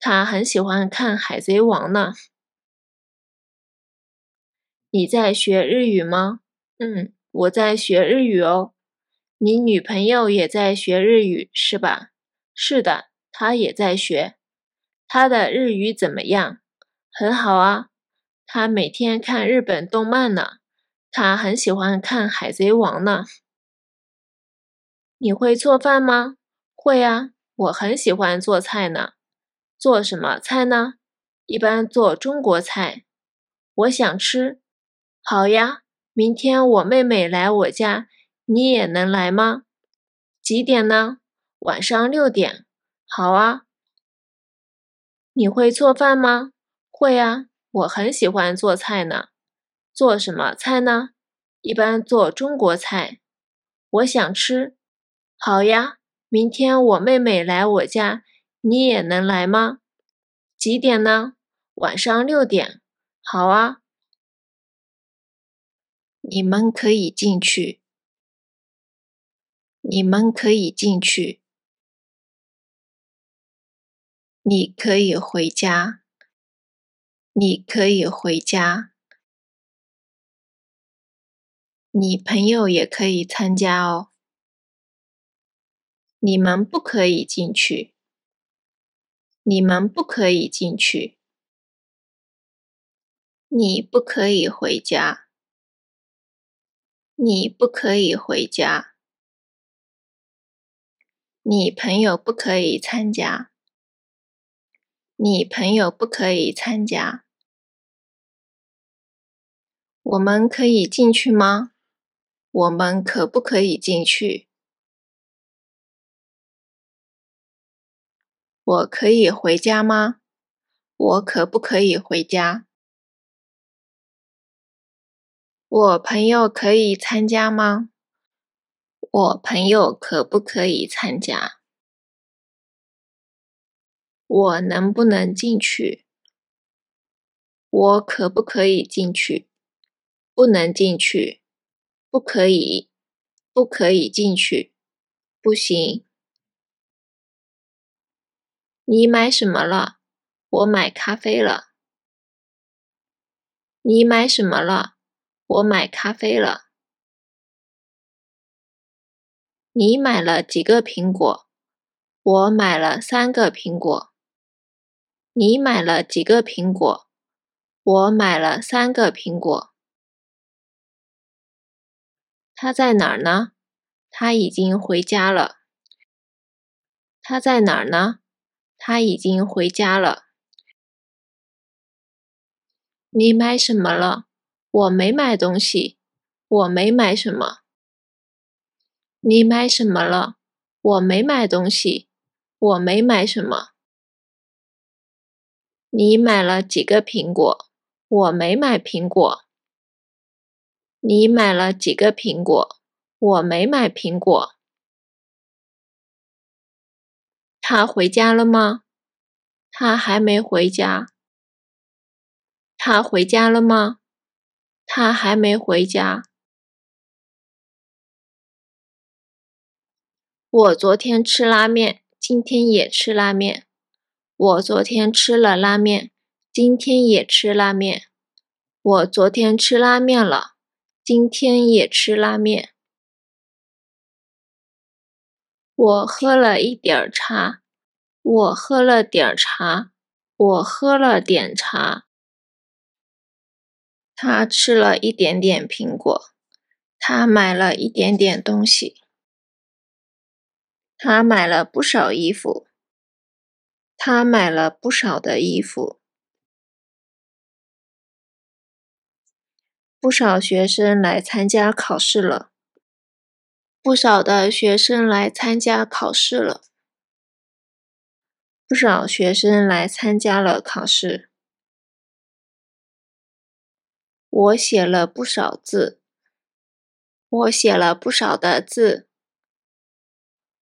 他很喜欢看《海贼王》呢。你在学日语吗？嗯，我在学日语哦。你女朋友也在学日语是吧？是的，她也在学。她的日语怎么样？很好啊，她每天看日本动漫呢。他很喜欢看《海贼王》呢。你会做饭吗？会啊，我很喜欢做菜呢。做什么菜呢？一般做中国菜。我想吃。好呀，明天我妹妹来我家，你也能来吗？几点呢？晚上六点。好啊。你会做饭吗？会啊，我很喜欢做菜呢。做什么菜呢？一般做中国菜。我想吃。好呀，明天我妹妹来我家，你也能来吗？几点呢？晚上六点。好啊。你们可以进去。你们可以进去。你可以回家。你可以回家。你朋友也可以参加哦。你们不可以进去。你们不可以进去。你不可以回家。你不可以回家。你朋友不可以参加。你朋友不可以参加。我们可以进去吗？我们可不可以进去？我可以回家吗？我可不可以回家？我朋友可以参加吗？我朋友可不可以参加？我能不能进去？我可不可以进去？不能进去。不可以，不可以进去，不行。你买什么了？我买咖啡了。你买什么了？我买咖啡了。你买了几个苹果？我买了三个苹果。你买了几个苹果？我买了三个苹果。他在哪儿呢？他已经回家了。他在哪儿呢？他已经回家了。你买什么了？我没买东西，我没买什么。你买什么了？我没买东西，我没买什么。你买了几个苹果？我没买苹果。你买了几个苹果？我没买苹果。他回家了吗？他还没回家。他回家了吗？他还没回家。我昨天吃拉面，今天也吃拉面。我昨天吃了拉面，今天也吃拉面。我昨天吃拉面了，今天也吃拉面。我喝了一点儿茶，我喝了点儿茶，我喝了点茶。他吃了一点点苹果，他买了一点点东西。他买了不少衣服，他买了不少的衣服。不少学生来参加考试了，不少的学生来参加考试了，不少学生来参加了考试。我写了不少字，我写了不少的字。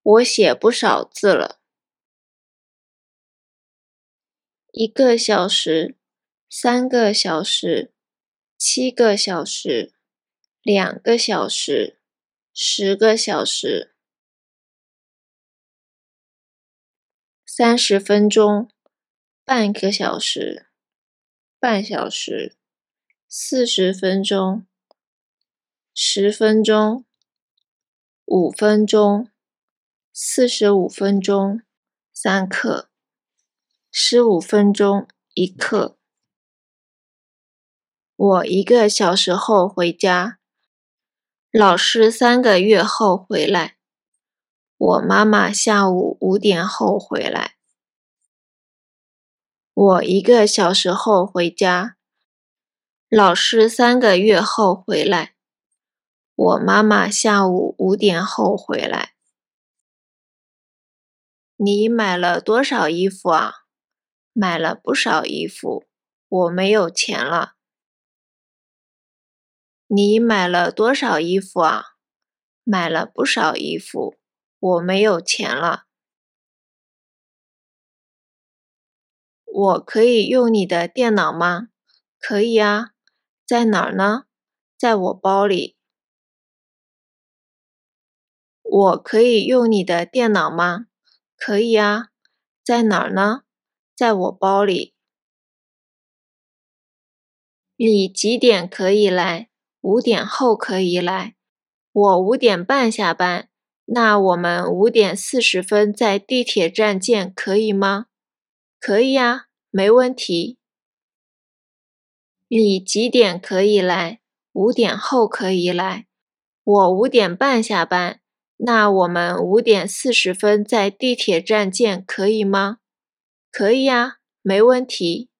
我写不少字了。一个小时，三个小时，七个小时，两个小时，十个小时。三十分钟，半个小时，半小时，四十分钟，十分钟，五分钟。四十五分钟三课，十五分钟一课。我一个小时后回家，老师三个月后回来，我妈妈下午五点后回来。我一个小时后回家，老师三个月后回来，我妈妈下午五点后回来。你买了多少衣服啊？买了不少衣服，我没有钱了。你买了多少衣服啊？买了不少衣服，我没有钱了。我可以用你的电脑吗？可以啊，在哪儿呢？在我包里。我可以用你的电脑吗？可以啊，在哪儿呢？在我包里。你几点可以来？五点后可以来。我五点半下班，那我们五点四十分在地铁站见，可以吗？可以啊，没问题。你几点可以来？五点后可以来。我五点半下班，那我们五点四十分在地铁站见，可以吗？可以呀、没问题。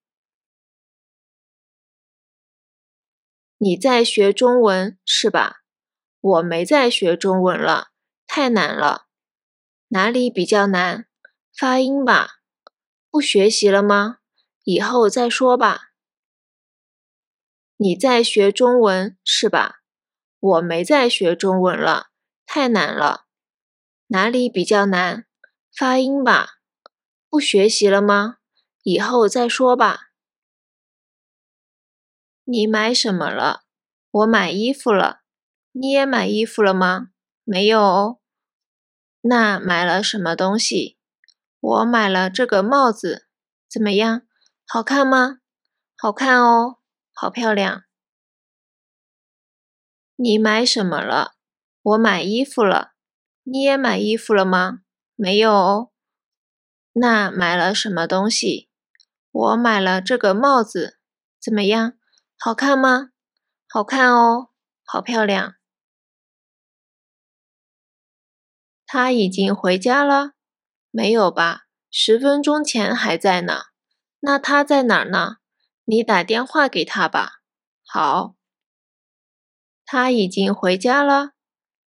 你在学中文是吧？我没在学中文了，太难了。哪里比较难？发音吧。不学习了吗？以后再说吧。你在学中文是吧？我没在学中文了。太难了，哪里比较难？发音吧。不学习了吗？以后再说吧。你买什么了？我买衣服了。你也买衣服了吗？没有哦。那买了什么东西？我买了这个帽子，怎么样？好看吗？好看哦，好漂亮。你买什么了？我买衣服了。你也买衣服了吗？没有哦。那买了什么东西？我买了这个帽子，怎么样？好看吗？好看哦，好漂亮。他已经回家了？没有吧？十分钟前还在呢。那他在哪儿呢？你打电话给他吧。好。他已经回家了？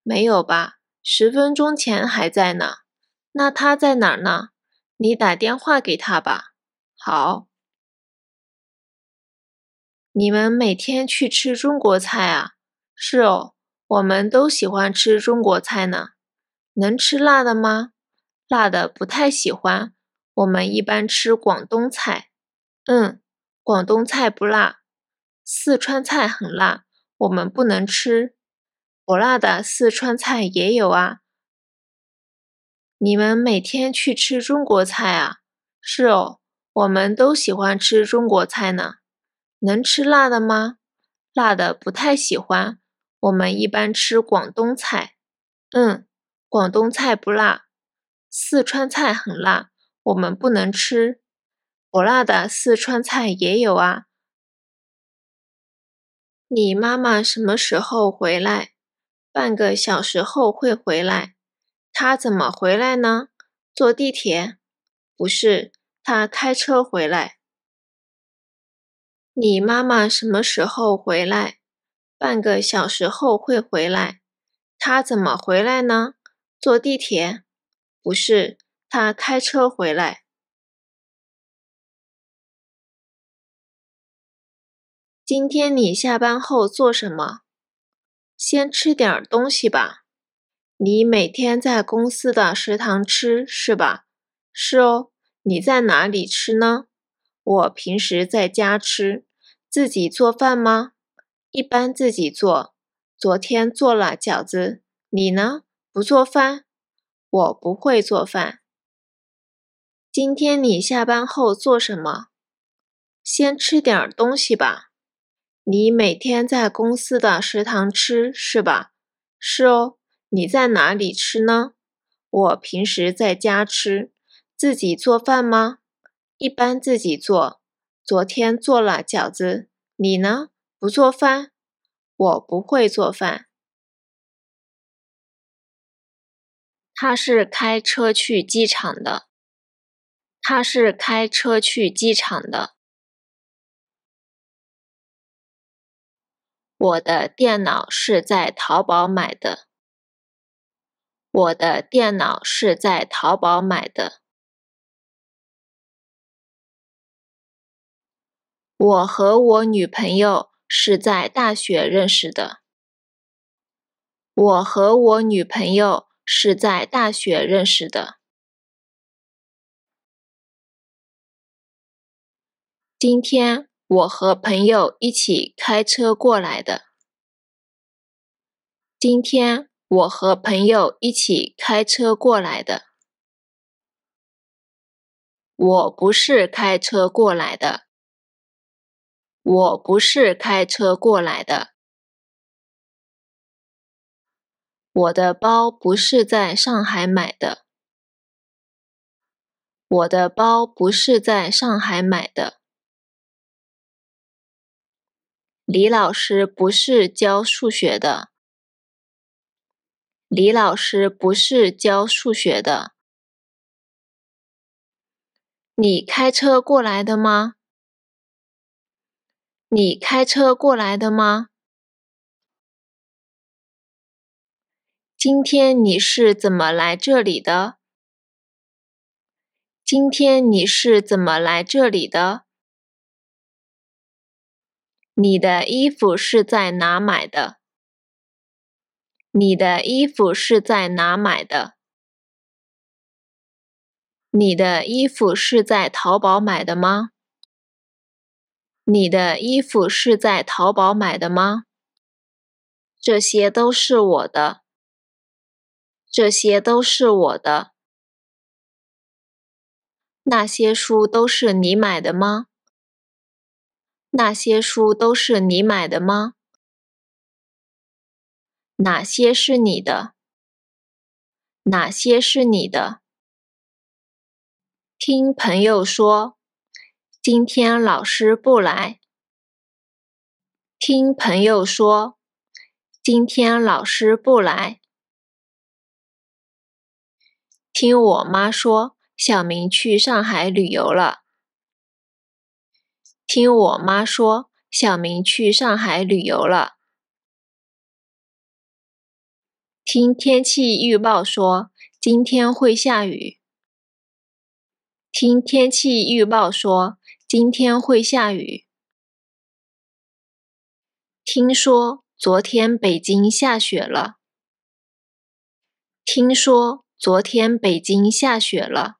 没有吧？十分钟前还在呢。那他在哪儿呢？你打电话给他吧。好。你们每天去吃中国菜啊？是哦，我们都喜欢吃中国菜呢。能吃辣的吗？辣的不太喜欢，我们一般吃广东菜。嗯，广东菜不辣，四川菜很辣，我们不能吃。不辣的四川菜也有啊。你们每天去吃中国菜啊？是哦，我们都喜欢吃中国菜呢。能吃辣的吗？辣的不太喜欢，我们一般吃广东菜。嗯，广东菜不辣，四川菜很辣，我们不能吃。不辣的四川菜也有啊。你妈妈什么时候回来？半个小时后会回来。她怎么回来呢？坐地铁？不是，她开车回来。你妈妈什么时候回来？半个小时后会回来。她怎么回来呢？坐地铁？不是，她开车回来。今天你下班后做什么？先吃点儿东西吧。你每天在公司的食堂吃是吧？是哦。你在哪里吃呢？我平时在家吃。自己做饭吗？一般自己做。昨天做了饺子，你呢？不做饭？我不会做饭。今天你下班后做什么？先吃点儿东西吧。你每天在公司的食堂吃是吧？是哦。你在哪里吃呢？我平时在家吃。自己做饭吗？一般自己做。昨天做了饺子，你呢？不做饭？我不会做饭。他是开车去机场的。他是开车去机场的。我的电脑是在淘宝买的。我的电脑是在淘宝买的。我和我女朋友是在大学认识的。我和我女朋友是在大学认识的。今天我和朋友一起开车过来的。今天我和朋友一起开车过来的。我不是开车过来的。我不是开车过来的。我的包不是在上海买的。我的包不是在上海买的。李老师不是教数学的。李老师不是教数学的。你开车过来的吗？你开车过来的吗？今天你是怎么来这里的？今天你是怎么来这里的？你的衣服是在哪买的？你的衣服是在哪买的？你的衣服是在淘宝买的吗？你的衣服是在淘宝买的吗？这些都是我的。这些都是我的。那些书都是你买的吗？那些书都是你买的吗？哪些是你的？哪些是你的？听朋友说，今天老师不来。听朋友说，今天老师不来。听我妈说，小明去上海旅游了。听我妈说，小明去上海旅游了。听天气预报说今天会下雨。听天气预报说今天会下雨。听说昨天北京下雪了。听说昨天北京下雪了。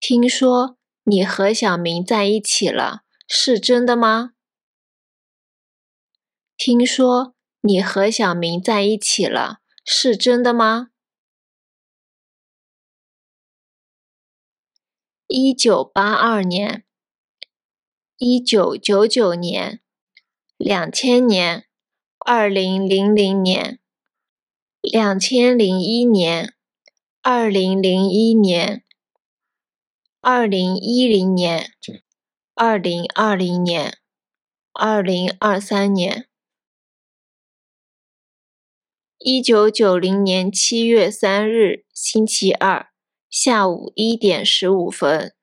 听说你和小明在一起了，是真的吗？听说。你和小明在一起了，是真的吗？一九八二年、一九九九年、两千年、二零零零年、两千零一年、二零零一年、二零一零年、二零二零年、二零二三年。一九九零年七月三日，星期二下午一点十五分。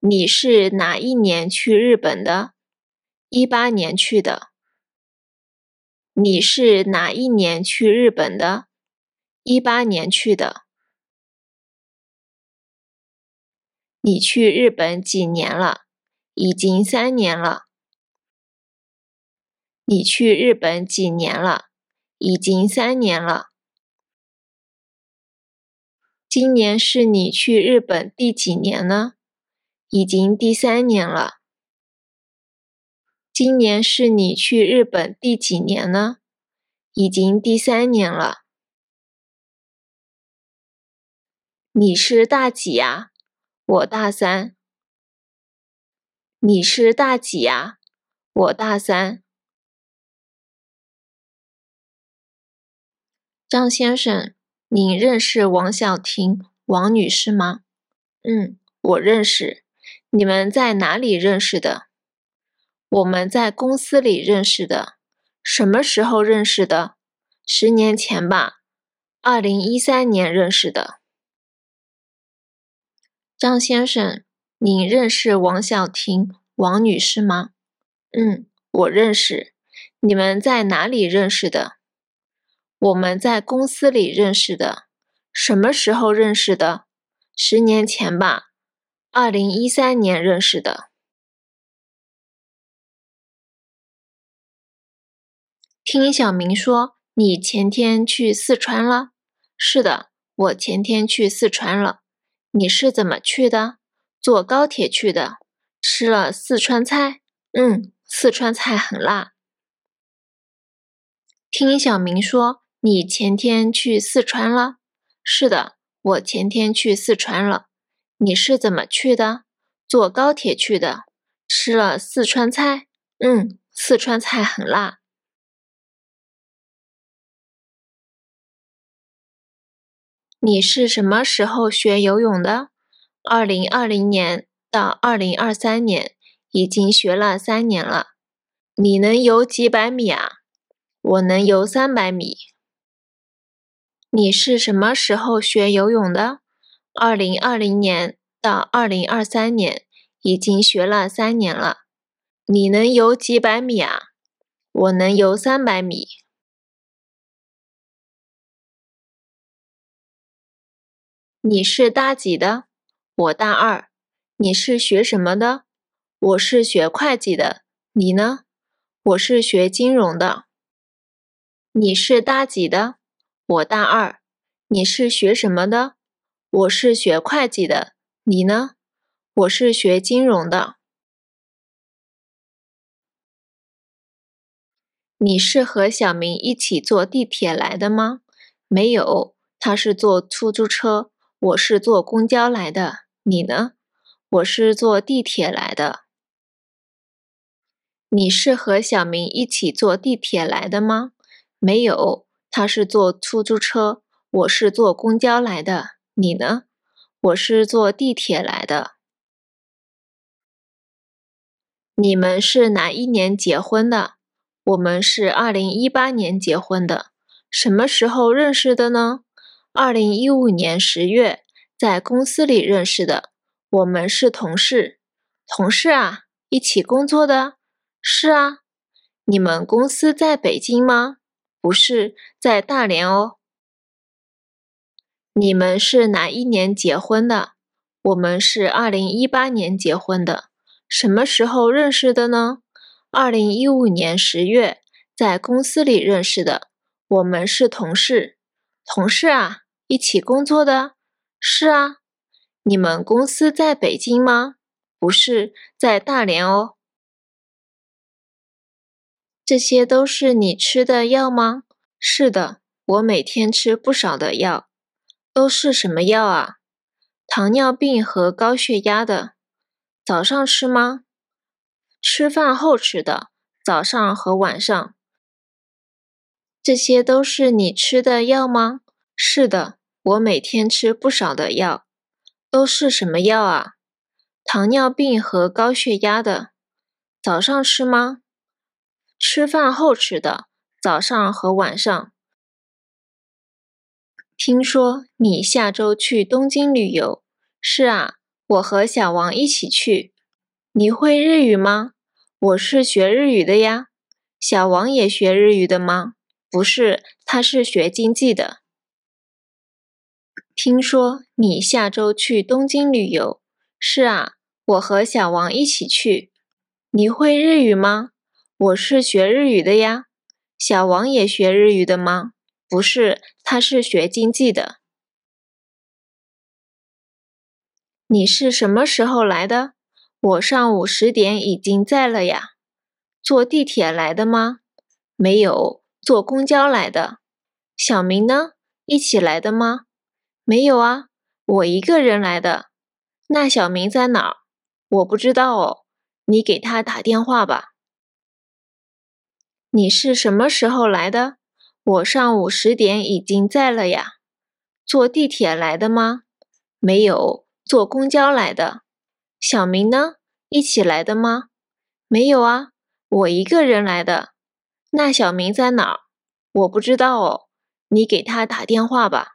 你是哪一年去日本的？一八年去的。你是哪一年去日本的？一八年去的。你去日本几年了？已经三年了。你去日本几年了？已经三年了。今年是你去日本第几年呢？已经第三年了。今年是你去日本第几年呢？已经第三年了。你是大几呀？我大三。你是大几呀？我大三。张先生，您认识王小婷、王女士吗？嗯，我认识。你们在哪里认识的？我们在公司里认识的。什么时候认识的？十年前吧，二零一三年认识的。张先生，您认识王小婷、王女士吗？嗯，我认识。你们在哪里认识的？我们在公司里认识的，什么时候认识的？十年前吧，二零一三年认识的。听小明说，你前天去四川了？是的，我前天去四川了。你是怎么去的？坐高铁去的。吃了四川菜？嗯，四川菜很辣。听小明说。你前天去四川了？是的，我前天去四川了。你是怎么去的？坐高铁去的。吃了四川菜？嗯，四川菜很辣。你是什么时候学游泳的？二零二零年到二零二三年，已经学了三年了。你能游几百米啊？我能游三百米。你是什么时候学游泳的？二零二零年到二零二三年，已经学了三年了。你能游几百米啊？我能游三百米。你是大几的？我大二。你是学什么的？我是学会计的。你呢？我是学金融的。你是大几的？我大二，你是学什么的？我是学会计的，你呢？我是学金融的。你是和小明一起坐地铁来的吗？没有，他是坐出租车，我是坐公交来的。你呢？我是坐地铁来的。你是和小明一起坐地铁来的吗？没有，他是坐出租车，我是坐公交来的。你呢？我是坐地铁来的。你们是哪一年结婚的？我们是二零一八年结婚的。什么时候认识的呢？二零一五年十月，在公司里认识的。我们是同事。同事啊，一起工作的？是啊。你们公司在北京吗？不是，在大连哦。你们是哪一年结婚的？我们是二零一八年结婚的。什么时候认识的呢？二零一五年十月，在公司里认识的。我们是同事。同事啊，一起工作的？是啊。你们公司在北京吗？不是，在大连哦。这些都是你吃的药吗？是的，我每天吃不少的药。都是什么药啊？糖尿病和高血压的。早上吃吗？吃饭后吃的，早上和晚上。这些都是你吃的药吗？是的，我每天吃不少的药。都是什么药啊？糖尿病和高血压的。早上吃吗？吃饭后吃的，早上和晚上。听说你下周去东京旅游？是啊，我和小王一起去。你会日语吗？我是学日语的呀。小王也学日语的吗？不是，他是学经济的。听说你下周去东京旅游？是啊，我和小王一起去。你会日语吗？我是学日语的呀。小王也学日语的吗？不是，他是学经济的。你是什么时候来的？我上午十点已经在了呀。坐地铁来的吗？没有，坐公交来的。小明呢？一起来的吗？没有啊，我一个人来的。那小明在哪儿？我不知道哦，你给他打电话吧。你是什么时候来的？我上午十点已经在了呀。坐地铁来的吗？没有，坐公交来的。小明呢？一起来的吗？没有啊，我一个人来的。那小明在哪儿？我不知道哦，你给他打电话吧。